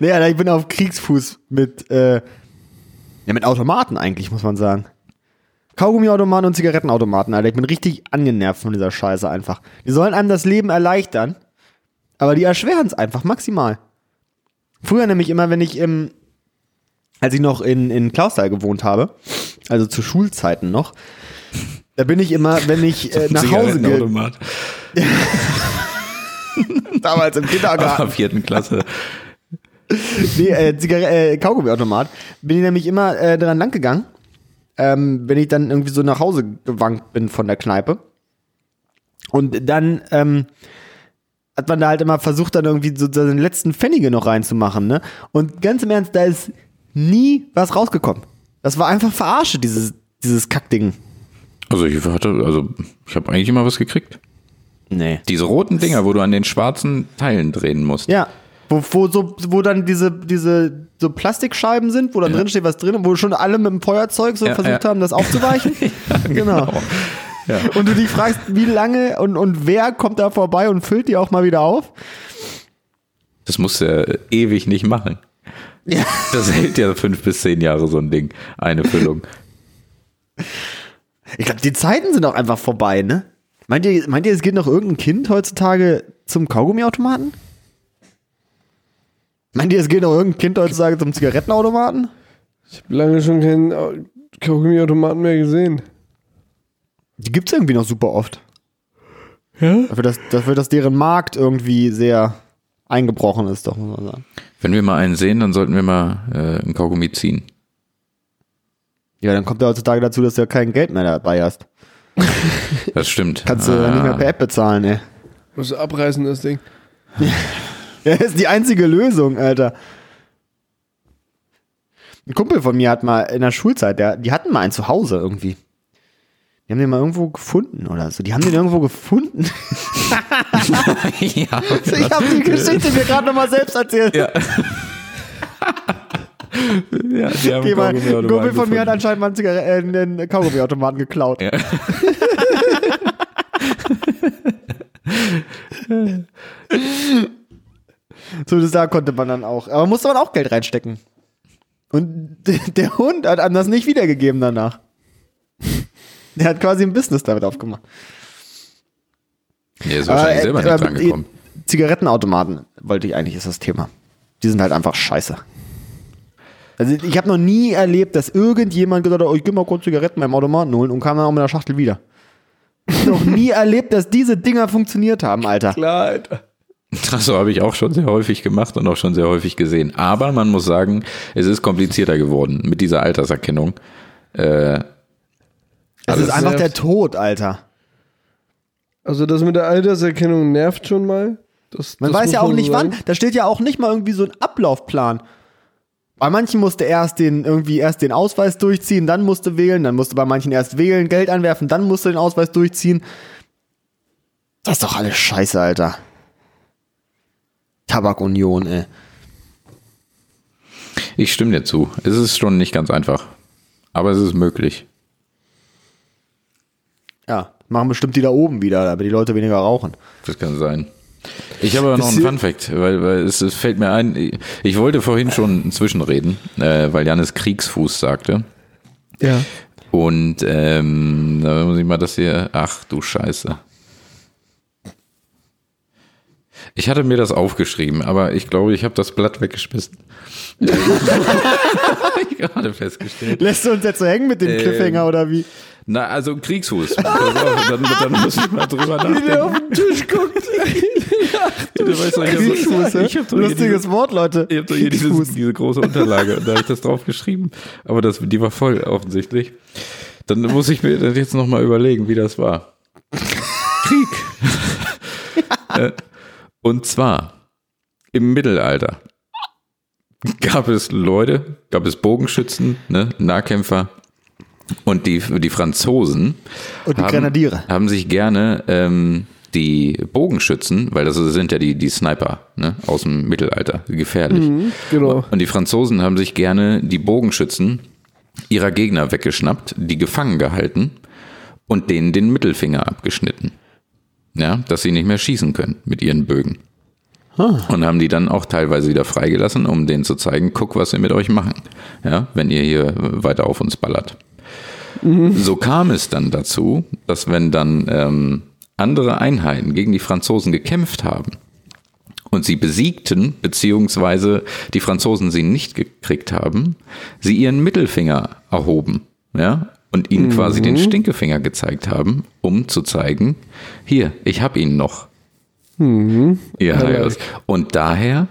Naja, ich bin auf Kriegsfuß mit, äh, ja, mit Automaten eigentlich, muss man sagen. Kaugummiautomaten und Zigarettenautomaten, Alter. Ich bin richtig angenervt von dieser Scheiße einfach. Die sollen einem das Leben erleichtern, aber die erschweren es einfach maximal. Früher nämlich immer, wenn ich im, als ich noch in, in Klausthal gewohnt habe, also zu Schulzeiten noch, da bin ich immer, wenn ich äh, nach Hause gehe, Zigarettenautomat. damals im Kindergarten, Ab vierten Klasse. nee, äh, Zigar äh, Kaugummiautomat. Bin ich nämlich immer äh, dran lang gegangen, ähm, wenn ich dann irgendwie so nach Hause gewankt bin von der Kneipe. Und dann ähm, hat man da halt immer versucht, dann irgendwie so seine letzten Pfennige noch reinzumachen. Ne? Und ganz im Ernst, da ist nie was rausgekommen. Das war einfach verarsche, dieses, dieses Kackding. Also ich hatte, also ich habe eigentlich immer was gekriegt. Nee. Diese roten Dinger, wo du an den schwarzen Teilen drehen musst. Ja. Wo, wo, so, wo dann diese, diese so Plastikscheiben sind, wo dann drin steht, was drin, ist, wo schon alle mit dem Feuerzeug so Ja, versucht ja. haben, das aufzuweichen. genau. Und du dich fragst, wie lange und, und wer kommt da vorbei und füllt die auch mal wieder auf? Das musst du ja ewig nicht machen. Das hält ja fünf bis zehn Jahre so ein Ding, eine Füllung. Ich glaube, die Zeiten sind auch einfach vorbei, ne? Meint ihr, meint ihr, es geht noch irgendein Kind heutzutage zum Kaugummiautomaten? Meint ihr, es geht noch irgendein Kind heutzutage zum Zigarettenautomaten? Ich habe lange schon keinen Au- Kaugummi-Automaten mehr gesehen. Die gibt's irgendwie noch super oft. Ja? Dafür dass, dafür, dass deren Markt irgendwie sehr eingebrochen ist, doch, muss man sagen. Wenn wir mal einen sehen, dann sollten wir mal äh, einen Kaugummi ziehen. Ja, dann kommt ja heutzutage dazu, dass du ja kein Geld mehr dabei hast. Das stimmt. Kannst du Ah. dann nicht mehr per App bezahlen, ey. Musst du abreißen, das Ding. Ja, Das ist die einzige Lösung, Alter. Ein Kumpel von mir hat mal in der Schulzeit, der, die hatten mal einen zu Hause irgendwie. Die haben den mal irgendwo gefunden oder so. Die haben den irgendwo gefunden. ja. Ich habe die Geschichte mir gerade nochmal selbst erzählt. ja. ja, die haben Okay, mal, Kaugummiautomaten ein Kumpel von mir hat gefunden. anscheinend mal einen, Zigaret- äh, einen Kaugummiautomaten geklaut. Ja. Zumindest da konnte man dann auch. Aber musste man auch Geld reinstecken. Und d- der Hund hat einem das nicht wiedergegeben danach. Der hat quasi ein Business damit aufgemacht. Nee, ist wahrscheinlich Aber, selber äh, nicht aber dran gekommen. die Zigarettenautomaten wollte ich eigentlich, ist das Thema. Die sind halt einfach scheiße. Also ich habe noch nie erlebt, dass irgendjemand gesagt hat, oh, ich gehe mal kurz Zigaretten beim Automaten holen und kam dann auch mit einer Schachtel wieder. noch nie erlebt, dass diese Dinger funktioniert haben, Alter. Klar, Alter. Das habe ich auch schon sehr häufig gemacht und auch schon sehr häufig gesehen. Aber man muss sagen, es ist komplizierter geworden mit dieser Alterserkennung. Äh, Es ist das einfach der nervt. Tod, Alter. Also das mit der Alterserkennung nervt schon mal. Das, Man das weiß muss ja auch man nicht sagen. wann. Da steht ja auch nicht mal irgendwie so ein Ablaufplan. Bei manchen musste erst den irgendwie erst den Ausweis durchziehen, dann musste wählen, dann musste bei manchen erst wählen, Geld anwerfen, dann musste den Ausweis durchziehen. Das ist doch alles Scheiße, Alter. Tabakunion, ey. ich stimme dir zu. Es ist schon nicht ganz einfach. Aber es ist möglich. Ja, machen bestimmt die da oben wieder, damit die Leute weniger rauchen. Das kann sein. Ich habe aber noch einen Funfact, weil, weil es, es fällt mir ein, ich wollte vorhin schon zwischenreden, äh, weil Janis Kriegsfuß sagte. Ja. Und ähm, da muss ich mal das hier. Ach du Scheiße. Ich hatte mir das aufgeschrieben, aber ich glaube, ich habe das Blatt weggeschmissen. Äh, hab ich gerade festgestellt. Lässt du uns jetzt so hängen mit dem Ähm, Cliffhanger oder wie? Na, also Kriegsfuß. Pass auf, dann, dann muss ich mal drüber nachdenken. den Tisch guckt. Du weißt doch, ich hab so- Kriegsfuß, ich hab doch ey. ne? hier diese- Lustiges Wort, Leute. Ich habe doch hier dieses, diese große Unterlage und da habe ich das drauf geschrieben. Aber das, die war voll offensichtlich. Dann muss ich mir das jetzt nochmal überlegen, wie das war. Krieg. Äh, und zwar im Mittelalter gab es Leute, gab es Bogenschützen, ne, Nahkämpfer und die, die Franzosen Und die haben, Grenadiere. haben sich gerne ähm, die Bogenschützen, weil das sind ja die, die Sniper ne, aus dem Mittelalter, gefährlich. Genau. Und die Franzosen haben sich gerne die Bogenschützen ihrer Gegner weggeschnappt, die gefangen gehalten und denen den Mittelfinger abgeschnitten. Ja, dass sie nicht mehr schießen können mit ihren Bögen. Und haben die dann auch teilweise wieder freigelassen, um denen zu zeigen, guck, was wir mit euch machen. Ja, wenn ihr hier weiter auf uns ballert. So kam es dann dazu, dass wenn dann ähm, andere Einheiten gegen die Franzosen gekämpft haben, und sie besiegten, beziehungsweise die Franzosen sie nicht gekriegt haben, sie ihren Mittelfinger erhoben, ja, und Mhm. ihnen quasi den Stinkefinger gezeigt haben, um zu zeigen, hier, ich hab ihn noch. Mhm. Ihr Heiros. Und daher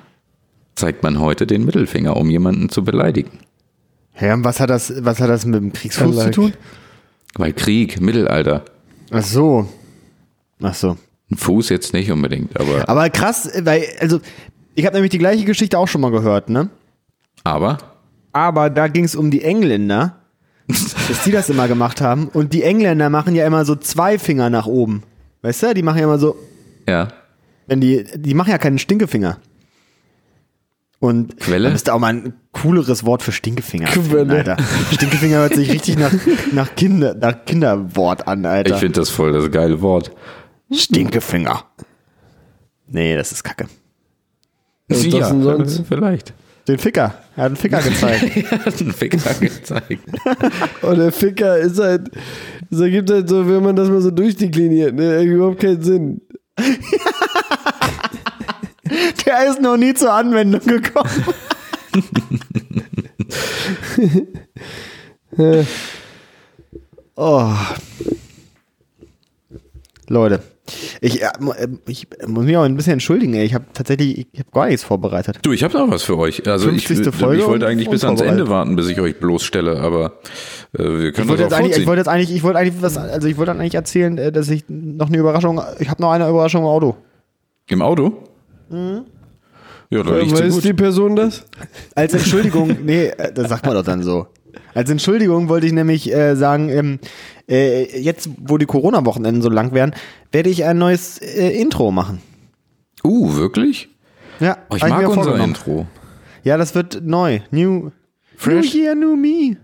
zeigt man heute den Mittelfinger, um jemanden zu beleidigen. Hä, und was hat das, was hat das mit dem Kriegsfuß zu Like. tun? Weil Krieg, Mittelalter, Ach so. Ach so. ein Fuß jetzt nicht unbedingt, aber, Aber krass, weil, also, ich habe nämlich die gleiche Geschichte auch schon mal gehört, ne? aber Aber da ging es um die Engländer, dass die das immer gemacht haben. Und die Engländer machen ja immer so zwei Finger nach oben. Weißt du, die machen ja immer so, ja, wenn die, die machen ja keinen Stinkefinger. Und Quelle? da müsste auch mal ein cooleres Wort für Stinkefinger. finden, Quelle. Alter. Stinkefinger hört sich richtig nach, nach, Kinder, nach Kinderwort an, Alter. ich finde das voll das geile Wort. Stinkefinger. Nee, das ist kacke. Was ist das denn sonst? vielleicht. Den Ficker. Er hat einen Ficker gezeigt. Er hat einen Finger gezeigt. Und der Ficker ist halt, das ergibt halt so, wenn man das mal so durchdekliniert, ne, ergibt überhaupt keinen Sinn. Der ist noch nie zur Anwendung gekommen. oh. Leute, ich, äh, mu- äh, ich muss mich auch ein bisschen entschuldigen. ey. Ich habe tatsächlich ich hab gar nichts vorbereitet. Du, ich habe noch was für euch. Also ich, 50. ich Folge wollte eigentlich und- bis und ans Ende vorbereitet. warten, bis ich euch bloßstelle, aber äh, wir Ich können wollte, das jetzt auch eigentlich, ich vorziehen. wollte jetzt eigentlich, ich wollte eigentlich was, also ich wollte dann eigentlich erzählen, äh, dass ich noch eine Überraschung, ich habe noch eine Überraschung im Auto. Im Auto? Mhm. Ja, Äh, dann liegt's ja Weiß gut. die Person das? Als Entschuldigung, nee, äh, das sagt man doch dann so. Als Entschuldigung wollte ich nämlich äh, sagen, ähm, äh, jetzt, wo die Corona-Wochenenden so lang werden, werde ich ein neues äh, Intro machen. Uh, wirklich? Ja, Oh, ich hab mag mir unser vorgenommen. Intro. Ja, das wird neu. New, Fresh. new Year, New Me.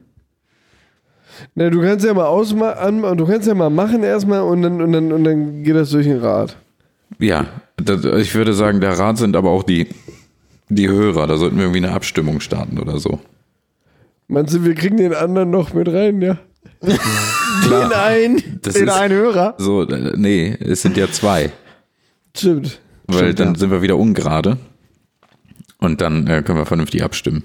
Na, du kannst ja mal ausmachen, du kannst ja mal machen erstmal und dann, und dann, und dann geht das durch den Rad. Ja, das, ich würde sagen, der Rat sind aber auch die, die Hörer. Da sollten wir irgendwie eine Abstimmung starten oder so. Meinst du, wir kriegen den anderen noch mit rein, ja? Klar, Nein, das den ist- einen Hörer. So, äh, nee, es sind ja zwei, Stimmt. weil dann sind wir wieder ungerade und dann äh, können wir vernünftig abstimmen.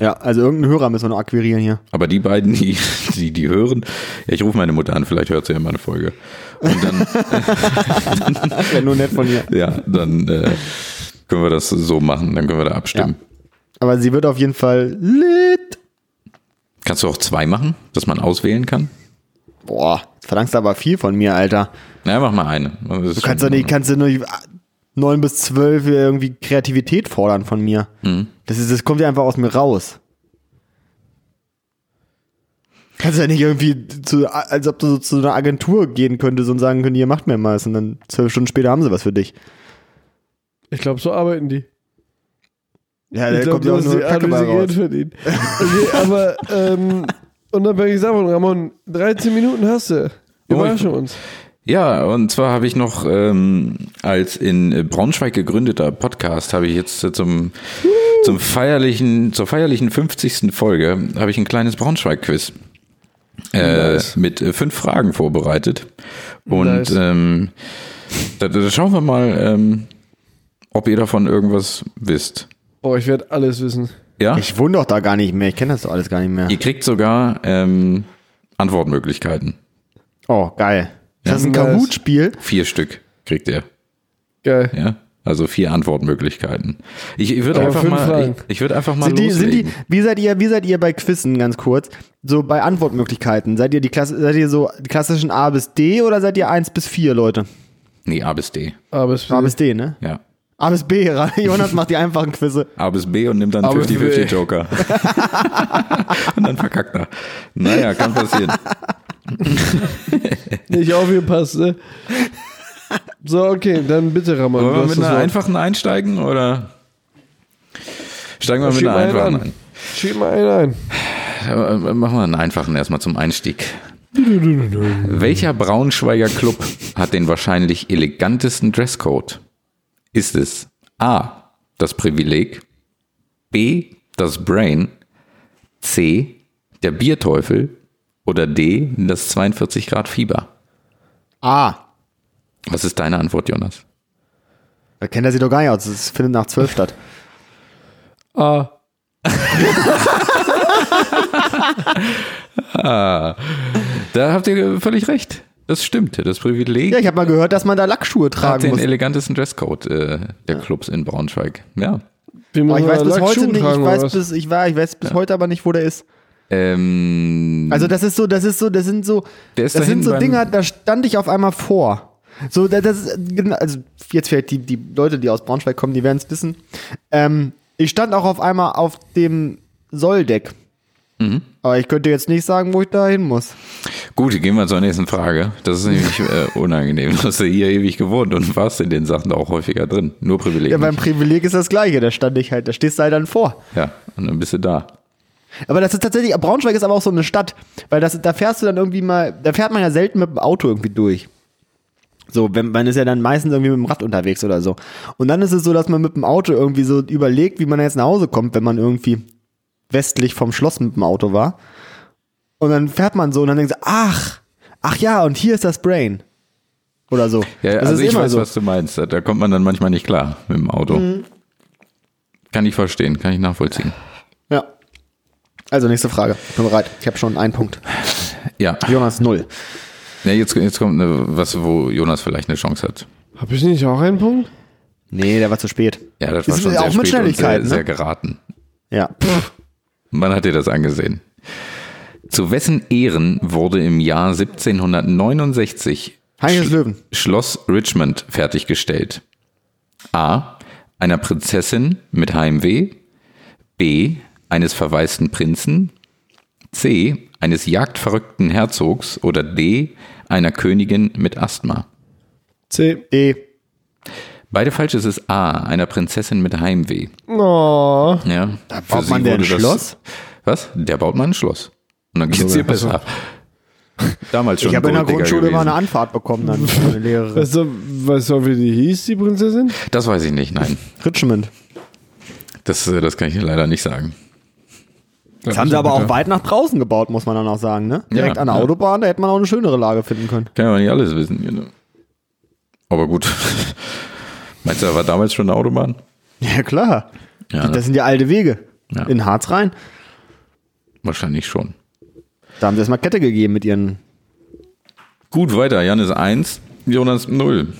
Ja, also irgendeinen Hörer müssen wir noch akquirieren hier. Aber die beiden, die, die, die hören, ja, ich rufe meine Mutter an, vielleicht hört sie ja mal eine Folge. Und dann, Wäre nur nett von mir. ja, dann äh, können wir das so machen, dann können wir da abstimmen. Aber sie wird auf jeden Fall lit. Kannst du auch zwei machen, dass man auswählen kann? Boah, jetzt verlangst du aber viel von mir, Alter. Na, mach mal eine. Du kannst doch nicht, kannst du nur neun bis zwölf irgendwie Kreativität fordern von mir. Das, ist, das kommt ja einfach aus mir raus. Kannst ja nicht irgendwie zu, als ob du so zu einer Agentur gehen könntest und sagen könntest, ihr macht mir mal was und dann zwölf Stunden später haben sie was für dich. Ich glaube, so arbeiten die. Ja, ich da glaub, kommt ja auch das ist nur die Art, Kacke wie bei sie Geld raus. verdienen. Okay, aber ähm, unabhängig davon, Ramon, 13 Minuten hast Oh, du. Überrasche uns. Ja, und zwar habe ich noch ähm, als in Braunschweig gegründeter Podcast habe ich jetzt äh, zum zum feierlichen zur feierlichen 50. Folge habe ich ein kleines Braunschweig Quiz äh, mit äh, fünf Fragen vorbereitet und Nice. ähm, da, da schauen wir mal, ähm, ob ihr davon irgendwas wisst. Boah, ich werde alles wissen. Ja, Ich wohne doch da gar nicht mehr, ich kenne das doch alles gar nicht mehr. ihr kriegt sogar ähm, Antwortmöglichkeiten. Oh, geil. Ist das ein Nice. Kahoot-Spiel? Vier Stück kriegt ihr. Geil. Ja, also vier Antwortmöglichkeiten. Ich, ich würde Aber einfach, fünf mal, Fragen. ich, ich würd einfach mal Sind die, sind loslegen. die, wie seid ihr, wie seid ihr bei Quizzen ganz kurz? So bei Antwortmöglichkeiten. Seid ihr die Klasse, seid ihr so die klassischen A bis D oder seid ihr 1 bis 4 Leute? Nee, A bis D. Aber es A bis D, ne? Ja. A bis B, Jonas macht die einfachen Quizze. A bis B und nimmt dann A bis 50-50 B. Joker. und dann verkackt er. Naja, kann passieren. nicht aufgepasst, ne? So, okay, dann bitte, Ramon. Wollen du wir hast mit das einer Wort. einfachen einsteigen oder? Steigen wir mit Schieb einer mal einen einfachen an. Schieb mal einen ein. ein. Äh, Machen wir einen einfachen erstmal zum Einstieg. Welcher Braunschweiger Club hat den wahrscheinlich elegantesten Dresscode? Ist es A. Das Privileg, B. Das Brain, C. Der Bierteufel oder D. Das 42 Grad Fieber? A. Was ist deine Antwort, Jonas? Da kennt er sie doch gar nicht aus. Das findet nach 12 statt. Ah, Da habt ihr völlig recht. Das stimmt. Das Privileg Ja, ich habe mal gehört, dass man da Lackschuhe hat tragen den muss. elegantesten Dresscode äh, der Clubs in Braunschweig. Ja. wir Aber müssen ich weiß mal bis Lackschuhe heute nicht, ich äh, tragen, oder weiß was? bis, ich war, ich weiß bis heute aber nicht, wo der ist. Ähm, Also das ist so, das ist so, das sind so, Der ist da das sind hinten so beim- Dinger, da stand ich auf einmal vor. So, da- das ist, genau, also jetzt vielleicht die, die Leute, die aus Braunschweig kommen, die werden es wissen. Ähm, ich stand auch auf einmal auf dem Solldeck. Mhm. Aber ich könnte jetzt nicht sagen, wo ich da hin muss. Gut, gehen wir zur nächsten Frage. Das ist nämlich äh, unangenehm. Du hast ja hier ewig gewohnt und warst in den Sachen auch häufiger drin. Nur Privileg. Ja, Ja, beim Privileg ist das Gleiche, da stand ich halt, da stehst du halt dann vor. ja und dann bist du da. Aber das ist tatsächlich, Braunschweig ist aber auch so eine Stadt, weil das, da fährst du dann irgendwie mal, da fährt man ja selten mit dem Auto irgendwie durch. So, wenn, man ist ja dann meistens irgendwie mit dem Rad unterwegs oder so. Und dann ist es so, dass man mit dem Auto irgendwie so überlegt, wie man jetzt nach Hause kommt, wenn man irgendwie westlich vom Schloss mit dem Auto war. Und dann fährt man so und dann denkt so, ach, ach ja, und hier ist das Brain. Oder so. Ja, das also ist ich immer weiß, so. Mhm. was du meinst. Da- Da kommt man dann manchmal nicht klar mit dem Auto. Kann ich verstehen, kann ich nachvollziehen. Ja. Also nächste Frage. Ich bin bereit. Ich habe schon einen Punkt. Ja, Jonas null. ja jetzt, jetzt kommt eine, was, wo Jonas vielleicht eine Chance hat. Hab ich nicht auch einen Punkt? Nee, der war zu spät. Ja, das war Ist schon sehr auch mit spät und sehr, Schnelligkeit, ne? sehr geraten. Ja. Man hat dir das angesehen. Zu wessen Ehren wurde im Jahr 1769 Heinrichs Löwen. Schloss Richmond fertiggestellt? A. Einer Prinzessin mit Heimweh. B. Eines verwaisten Prinzen. C. Eines jagdverrückten Herzogs. Oder D. Einer Königin mit Asthma. C. D. Beide falsch, es ist A. Einer Prinzessin mit Heimweh. Oh. Ja, für baut sie man der ein wurde das- Schloss? Also, Was? Der baut mal ein Schloss. Und dann geht's dir besser. Damals schon. Ich habe in der Gold-Digger Grundschule mal gewesen. eine Anfahrt bekommen, dann von der Lehrerin. Weißt du, also, weißt du, wie die hieß, die Prinzessin? Das weiß ich nicht, nein. Richmond. Das, äh, das kann ich leider nicht sagen. Das haben sie aber auch weit nach draußen gebaut, muss man dann auch sagen, ne? Direkt Ja, an der ja. Autobahn, da hätte man auch eine schönere Lage finden können. Kann ja aber nicht alles wissen. Genau. Aber gut. Meinst du, da war damals schon eine Autobahn? Ja, klar. Ja, Das sind ja alte Wege. Ja. In Harz rein. wahrscheinlich schon. Da haben sie erstmal Kette gegeben mit ihren. Gut, weiter. Jan ist 1, Jonas 0.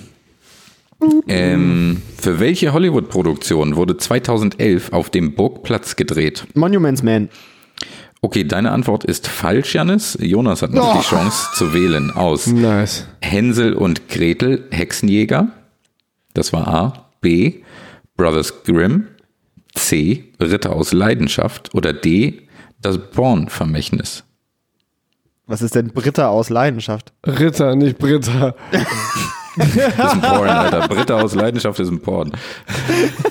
Ähm, für welche Hollywood-Produktion wurde 2011 auf dem Burgplatz gedreht? Monuments Man. Okay, deine Antwort ist falsch, Janis. Jonas hat noch Oh. die Chance zu wählen aus Nice. Hänsel und Gretel, Hexenjäger. Das war A. B. Brothers Grimm. C. Ritter aus Leidenschaft. Oder D. Das Born-Vermächtnis. Was ist denn Britta aus Leidenschaft? Ritter, nicht Britta. Das ist ein Porn, Alter. Ritter aus Leidenschaft ist ein Porn.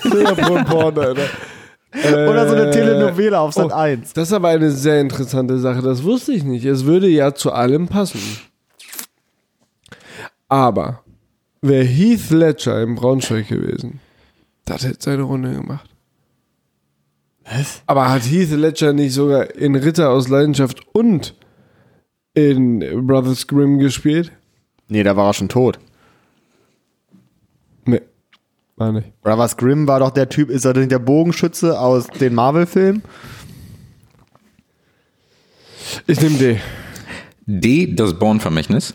Singapur-Porn, Alter. Oder so eine Äh, Telenovela auf Sat oh, 1. Das ist aber eine sehr interessante Sache. Das wusste ich nicht. Es würde ja zu allem passen. Aber wäre Heath Ledger in Braunschweig gewesen, das hätte seine Runde gemacht. Was? Aber hat Heath Ledger nicht sogar in Ritter aus Leidenschaft und in Brothers Grimm gespielt? Nee, da war er schon tot. Nee, war nicht. Brothers Grimm war doch der Typ, ist er denn der Bogenschütze aus den Marvel-Filmen? Ich nehme D. D. Das Born-Vermächtnis.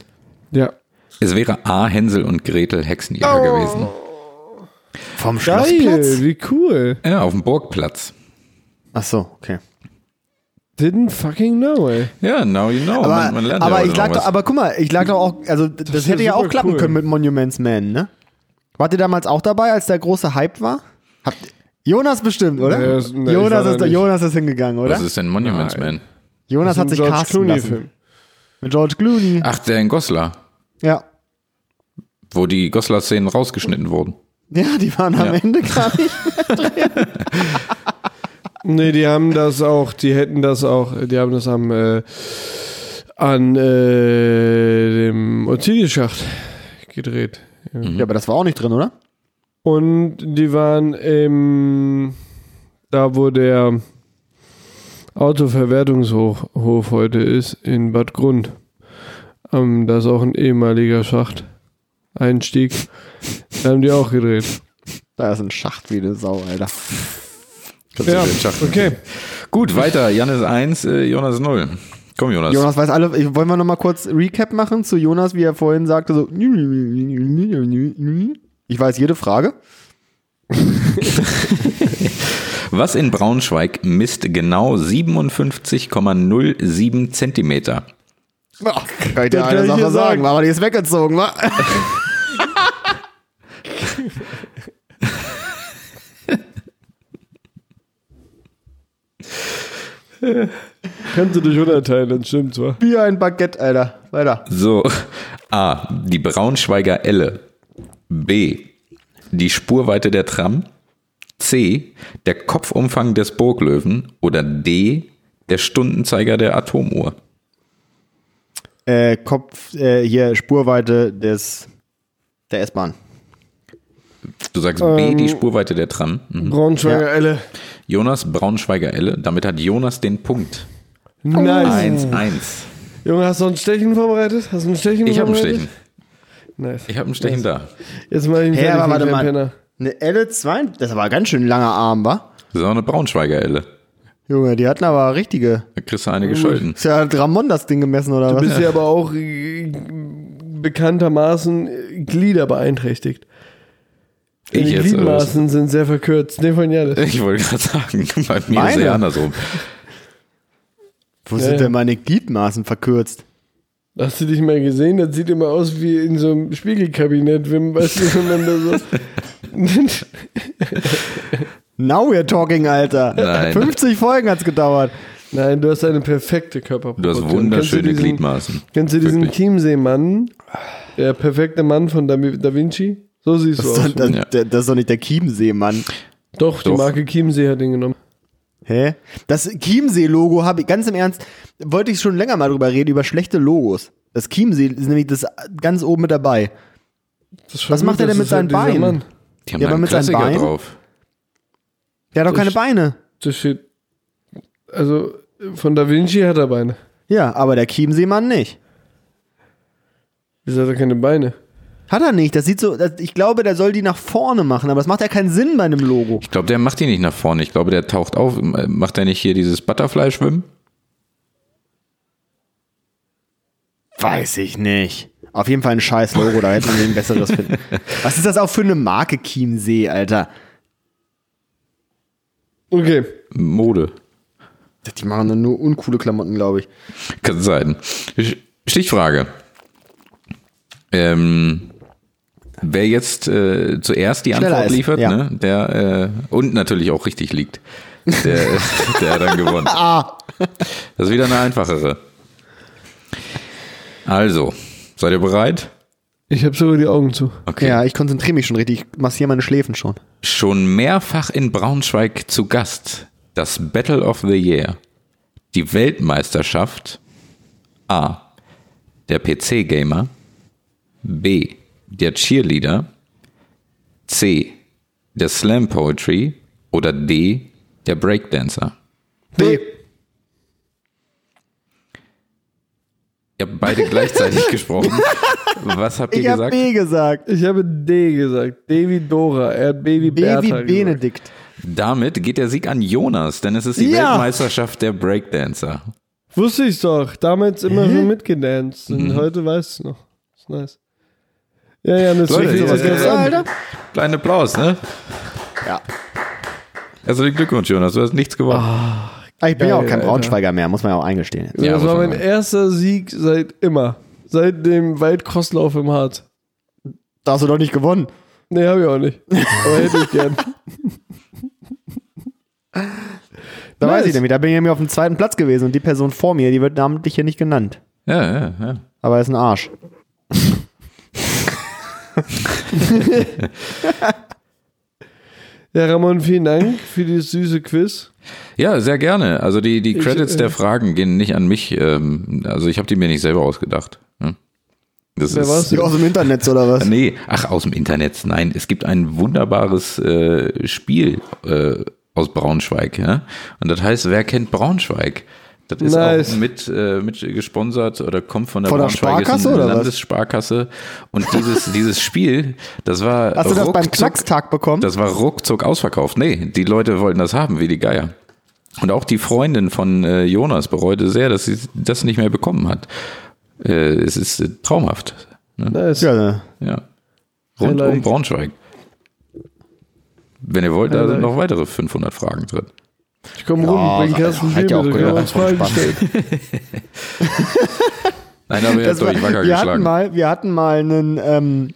Ja. Es wäre A. Hänsel und Gretel, Oh. Hexenjäger gewesen. Vom Geil, wie cool. Ja, auf dem Burgplatz. Ach so, okay. Didn't fucking know, ey. Ja, now you know. Aber, man, man lernt ja aber heute ich lag noch doch, was. aber guck mal, ich lag doch auch, also das, ist ja hätte ja auch super klappen cool. können mit Monuments Man, ne? Wart ihr damals auch dabei, als der große Hype war? Habt, Jonas bestimmt, oder? Nee, das- nee, ich war Jonas, da ist, nicht. Jonas ist hingegangen, oder? Was ist denn Monuments Man? Jonas hat Ein sich George casten Clooney lassen. Film. Mit George Clooney. Ach, der in Goslar, Ja. wo die Goslar-Szenen rausgeschnitten wurden. Ja, die waren am Ja. Ende gar nicht. Nee, die haben das auch, die hätten das auch, die haben das am äh, an äh, dem Ozilien-Schacht gedreht. Ja, aber das war auch nicht drin, oder? Und die waren im da wo der Autoverwertungshof Hof heute ist, in Bad Grund. Ähm, da ist auch ein ehemaliger Schacht. Einstieg. Da haben die auch gedreht. Da ist ein Schacht wie eine Sau, Alter. Ja, den Schacht okay. Gut, weiter. Janis 1, äh, Jonas 0. Komm, Jonas. Jonas weiß alle, ich- wollen wir nochmal kurz Recap machen zu Jonas, wie er vorhin sagte, so. Ich weiß jede Frage. Was in Braunschweig misst genau 57,07 Zentimeter? Ach, kann ich dir Das eine Sache kann ich dir sagen, sagen. aber die ist weggezogen, wa? Kannst du dich unterteilen, dann stimmt's, wa? Wie ein Baguette, Alter. Weiter. So. A. Die Braunschweiger Elle. B. Die Spurweite der Tram. C. Der Kopfumfang des Burglöwen. Oder D. Der Stundenzeiger der Atomuhr. Äh, Kopf, äh, hier Spurweite des Der S-Bahn. Du sagst B, die Spurweite der Tram. Mhm. Braunschweiger Ja. Elle. Jonas Braunschweiger Elle. Damit hat Jonas den Punkt. Nice. 1-1. Junge, hast du ein Stechen vorbereitet? Hast du ein Stechen Ich habe einen vorbereitet? Stechen. Nice. Ich habe einen Stechen da. Jetzt mal den Hä, fertig, aber den warte kleinen mal. Penner. Eine Elle 2, das war ein ganz schön langer Arm, wa? Das ist auch eine Braunschweiger Elle. Junge, die hatten aber richtige. Da kriegst du eine gescholten. Ist ja Ramon das Ding gemessen, oder Du was? bist ja aber auch äh, bekanntermaßen äh, Glieder beeinträchtigt. Ich Deine jetzt, oder was? Gliedmaßen sind sehr verkürzt. Nee, von Janis. Ich wollte gerade sagen, bei mir ist Meine? es eher andersrum. Wo Ja, ja. sind denn meine Gliedmaßen verkürzt? Hast du dich mal gesehen? Das sieht immer aus wie in so einem Spiegelkabinett, wenn, weißt du, wenn man da so. Now we're talking, Alter. Nein. 50 Folgen hat's gedauert. Nein, du hast eine perfekte Körperproportion. Du hast Kennst du wunderschöne diesen- Gliedmaßen. Kennst du diesen Wirklich. Chiemsee-Mann? Der perfekte Mann von Da, da Vinci? So siehst Das du ist, aus. doch, das, Ja. der- das ist doch nicht der Chiemsee, Mann. Doch, die Doch. Marke Chiemsee hat ihn genommen. Hä? Das Chiemsee-Logo habe ich, ganz im Ernst, wollte ich schon länger mal drüber reden, über schlechte Logos. Das Chiemsee ist nämlich das ganz oben mit dabei. Das ist schon Was gut, macht er das denn mit ist halt seinen dieser Beinen? Mann. Die haben da Ja, aber einen mit seinen Klassiker Beinen? drauf. Der hat doch Das keine st- Beine. Das steht. Also, von Da Vinci hat er Beine. Ja, aber der Chiemseemann nicht. Wieso hat er keine Beine? Hat er nicht. Das sieht so, das, ich glaube, der soll die nach vorne machen, aber das macht ja keinen Sinn bei einem Logo. Ich glaube, der macht die nicht nach vorne. Ich glaube, der taucht auf. Macht der nicht hier dieses Butterfly-Schwimmen? Weiß ich nicht. Auf jeden Fall ein scheiß Logo, da hätte man ein besseres finden. Was ist das auch für eine Marke Chiemsee, Alter? Okay. Mode. Die machen dann nur uncoole Klamotten, glaube ich. Kann sein. Sch- Stichfrage. Ähm, wer jetzt äh, zuerst die Schneller Antwort ist, liefert, ja. ne, der äh, und natürlich auch richtig liegt, der, der hat dann gewonnen. Ah. Das ist wieder eine einfachere. Also, seid ihr bereit? Ich habe sogar die Augen zu. Okay. Ja, ich konzentriere mich schon richtig. Ich massiere meine Schläfen schon. Schon mehrfach in Braunschweig zu Gast. Das Battle of the Year. Die Weltmeisterschaft. A. Der PC-Gamer. B. Der Cheerleader. C. Der Slam Poetry. Oder D. Der Breakdancer. B. Ihr habt beide gleichzeitig gesprochen. Was habt ihr Ich habe gesagt? B gesagt. Ich habe D gesagt. D wie Dora. Er hat B wie B Bertha wie gesagt. Benedikt. Damit geht der Sieg an Jonas, denn es ist die Ja. Weltmeisterschaft der Breakdancer. Wusste ich doch. Damals immer schon mitgedanced. Und heute weißt du noch. Ist nice. Ja, ja, das Leute, fängt sowas äh, ganz äh, an. Alter? Kleinen Applaus, ne? Ja. Herzlichen Glückwunsch, Jonas. Du hast nichts gewonnen. Ah. Ah, Ich bin ja auch kein Alter. Braunschweiger mehr, muss man ja auch eingestehen. Jetzt. Ja, das muss war man mein sagen. erster Sieg seit immer. Seit dem Waldkrosslauf im Harz. Da hast du doch nicht gewonnen. Nee, habe ich auch nicht. Aber hätte ich gern. Da Nice. weiß ich nämlich, da bin ich nämlich auf dem zweiten Platz gewesen und die Person vor mir, die wird namentlich hier nicht genannt. Ja, ja, ja. Aber er ist ein Arsch. Ja, Ramon, vielen Dank für dieses süße Quiz. Ja, sehr gerne. Also die, die Credits äh, der Fragen gehen nicht an mich. Ähm, also ich habe die mir nicht selber ausgedacht. Hm? Das Wer war's ist, äh, denn? aus dem Internet oder was? nee, ach, aus dem Internet. Nein, es gibt ein wunderbares äh, Spiel äh, aus Braunschweig. Ja? Und das heißt, wer kennt Braunschweig? Das ist Nice. auch mit, äh, mit gesponsert oder kommt von der, Von der Braunschweigischen Sparkasse oder was? Landessparkasse. Und dieses, dieses Spiel, das war Hast du das beim ruckzuck- Knackstag bekommen? das war ruckzuck ausverkauft. Nee, die Leute wollten das haben, wie die Geier. Und auch die Freundin von äh, Jonas bereute sehr, dass sie das nicht mehr bekommen hat. Äh, es ist äh, traumhaft. Nice. ja, ne. Ja. Rund I like. um Braunschweig. Wenn ihr wollt, da sind noch weitere 500 Fragen drin. Ich komm rum, bring hat- Carsten hat ja also, Bier auch mit. Wir haben uns gehört, Fragen vom Spaß. gestellt. Nein, aber ihr habt euch wacker wir hatten geschlagen. mal, wir hatten mal einen, ähm,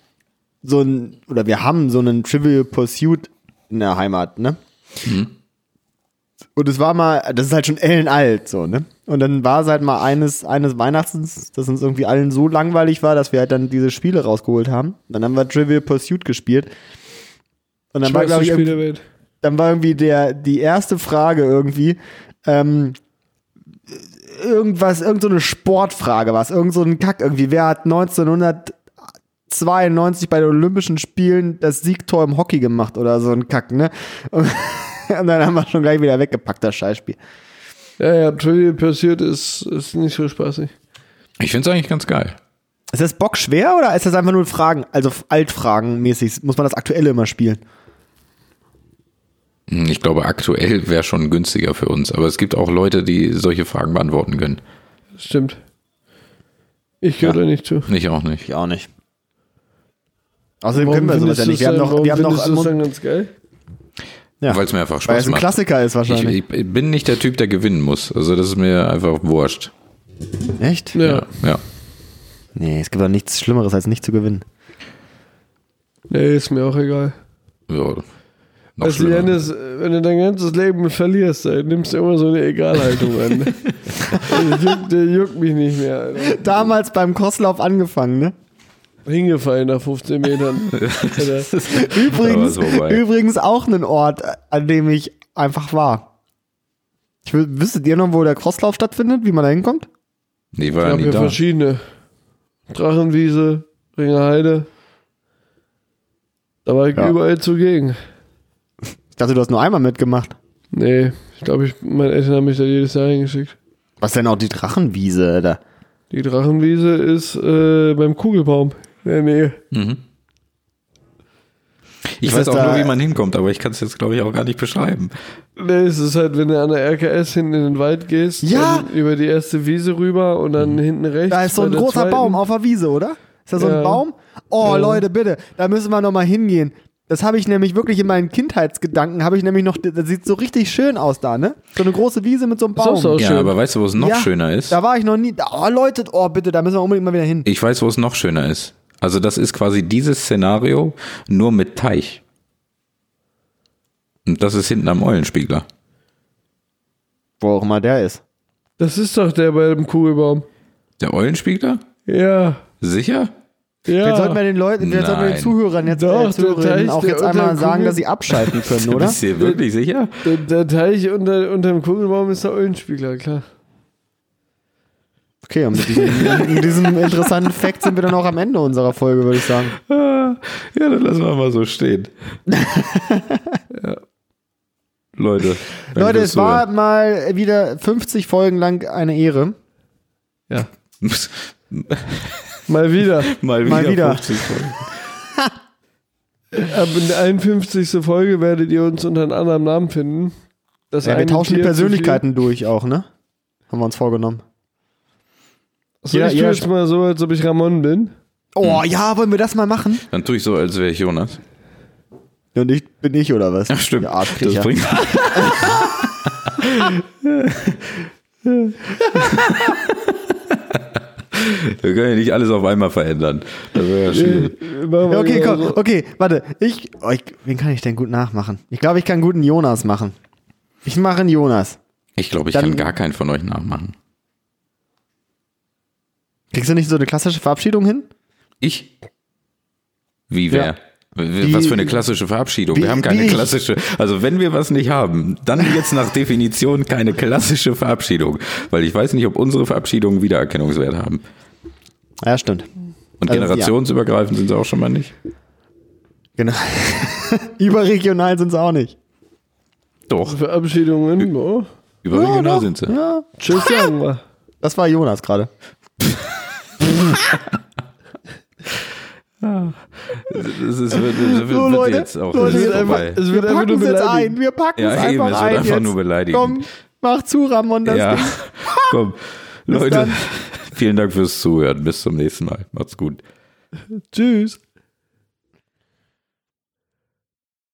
so ein, oder wir haben so einen Trivial Pursuit in der Heimat, ne? Mhm. Und es war mal, das ist halt schon ellenalt, so, ne? Und dann war es halt mal eines, eines Weihnachtens, dass uns irgendwie allen so langweilig war, dass wir halt dann diese Spiele rausgeholt haben. Und Dann haben wir Trivial Pursuit gespielt. Und dann war, glaube Schwarzes ich, Spiel der Welt. dann war irgendwie der, die erste Frage irgendwie, ähm, irgendwas, irgendeine so eine Sportfrage war es, irgend so ein Kack irgendwie, wer hat 1982 1992 bei den Olympischen Spielen das Siegtor im Hockey gemacht oder so ein Kack, ne? Und, und dann haben wir schon gleich wieder weggepackt, das Scheißspiel. Ja, ja, Trivial Pursuit ist, ist nicht so spaßig. Ich finde es eigentlich ganz geil. Ist das Bock schwer oder ist das einfach nur Fragen, also Altfragen mäßig? Muss man das Aktuelle immer spielen? Hm, Ich glaube, aktuell wäre schon günstiger für uns, aber es gibt auch Leute, die solche Fragen beantworten können. Stimmt. Ich höre da nicht zu. Ich auch nicht. Ich auch nicht. Außerdem können wir sowas ja nicht. Wir haben noch, warum wir haben findest noch du es dann ganz geil? ja. Weil es mir einfach Weil Spaß es ein macht. Klassiker ist ich, wahrscheinlich. ich bin nicht der Typ, der gewinnen muss. Also das ist mir einfach wurscht. Echt? Ja. Ja. ja. Nee, es gibt doch nichts Schlimmeres, als nicht zu gewinnen. Nee, ist mir auch egal. ja. Noch Also, schlimmer. Janis, wenn du dein ganzes Leben verlierst, dann nimmst du immer so eine Egalhaltung an. der, juckt, der juckt mich nicht mehr. Alter. Damals beim Crosslauf angefangen, ne? Hingefallen nach 15 Metern. Alter. Übrigens, Aber ist vorbei. übrigens auch ein Ort, an dem ich einfach war. Ich wü- wüsstet ihr noch, wo der Crosslauf stattfindet, wie man da hinkommt? Nee, war Ich ja habe nie hier da. verschiedene. Drachenwiese, Ringerheide. Da war ich Ja. überall zugegen. Ich dachte, du hast nur einmal mitgemacht. Nee, ich glaube, ich, meine Eltern haben mich da jedes Jahr hingeschickt. Was denn auch die Drachenwiese, Alter? Die Drachenwiese ist äh, beim Kugelbaum in der Nähe. Ich Ist weiß das auch nur, da- wie man hinkommt, aber ich kann es jetzt, glaube ich, auch gar nicht beschreiben. Nee, es ist halt, wenn du an der RKS hinten in den Wald gehst, Ja! Mhm. dann über die erste Wiese rüber und dann hinten rechts. Da ist so bei ein der großer zweiten. Baum auf der Wiese, oder? Ist da so Ja. ein Baum? Oh, Ja. Leute, bitte, da müssen wir nochmal hingehen. Das habe ich nämlich wirklich in meinen Kindheitsgedanken, habe ich nämlich noch, das sieht so richtig schön aus da, ne? So eine große Wiese mit so einem Ist Baum. auch so Ja, schön. aber weißt du, wo es noch Ja, schöner ist? Da war ich noch nie. Da, oh, Leute, oh, bitte, da müssen wir unbedingt mal wieder hin. Ich weiß, wo es noch schöner ist. Also das ist quasi dieses Szenario, nur mit Teich. Und das ist hinten am Eulenspiegler. Wo auch immer der ist. Das ist doch der bei dem Kugelbaum. Der Eulenspiegler? Ja. Sicher? Ja. Jetzt sollten wir den Leuten, jetzt sollten wir den Nein. Zuhörern, jetzt Doch, äh, der Zuhörerinnen Teich, auch der jetzt unter einmal dem sagen, Kugel- dass sie abschalten können, oder? Bist du dir wirklich sicher? Der, der Teich unter, unter dem Kugelbaum ist der Eulenspiegler, klar. Okay, und mit diesem, mit diesem interessanten Fakt sind wir dann auch am Ende unserer Folge, würde ich sagen. Ah, Ja, dann lassen wir mal so stehen. Leute. danke Leute, fürs es war mal wieder 50 Folgen lang eine Ehre. Ja. Zuhören. Mal wieder. Mal wieder. Mal wieder. 50 Folgen. Ab in der 51. Folge werdet ihr uns unter einem anderen Namen finden. Das Ja, wir eine tauschen die Tier zu viel- Persönlichkeiten durch auch, ne? Haben wir uns vorgenommen. So, Ja, Also, ich tue ja. jetzt mal so, als ob ich Ramon bin. Oh ja, wollen wir das mal machen? Dann tue ich so, als wäre ich Jonas. Und ich bin ich, oder was? Ach, stimmt. Ja, das Arschkriecher. bringt. Wir können ja nicht alles auf einmal verändern. Das wäre ja schwierig. Äh, machen wir Ja, okay, genau komm, okay, warte. Ich, oh, ich, wen kann ich denn gut nachmachen? Ich glaube, ich kann guten Jonas machen. Ich mache einen Jonas. Ich glaube, ich Dann- kann gar keinen von euch nachmachen. Kriegst du nicht so eine klassische Verabschiedung hin? Ich? Wie wer? W- Wie- Was für eine klassische Verabschiedung. wie- wir haben keine wie ich. klassische. Also wenn wir was nicht haben, dann jetzt nach Definition keine klassische Verabschiedung. Weil ich weiß nicht, ob unsere Verabschiedungen Wiedererkennungswert haben. Ah Ja, stimmt. Und Also, ja. generationsübergreifend sind sie auch schon mal nicht. Genau. Überregional sind es auch nicht. Doch, Verabschiedungen. Oh. überregional sind sie. Ja, Tschüss, sagen wir. das war Jonas gerade. Das ist, wird, wird, So, wird Leute, jetzt auch Leute, das ist jetzt vorbei. Es Wir wird einfach packen nur es jetzt beleidigt. ein. Wir packen Ja, es eben, einfach es wird ein. einfach jetzt. nur beleidigend. Komm, mach zu, Ramon, das Ja, Ding. komm. Leute, dann. vielen Dank fürs Zuhören. Bis zum nächsten Mal. Macht's gut. Tschüss.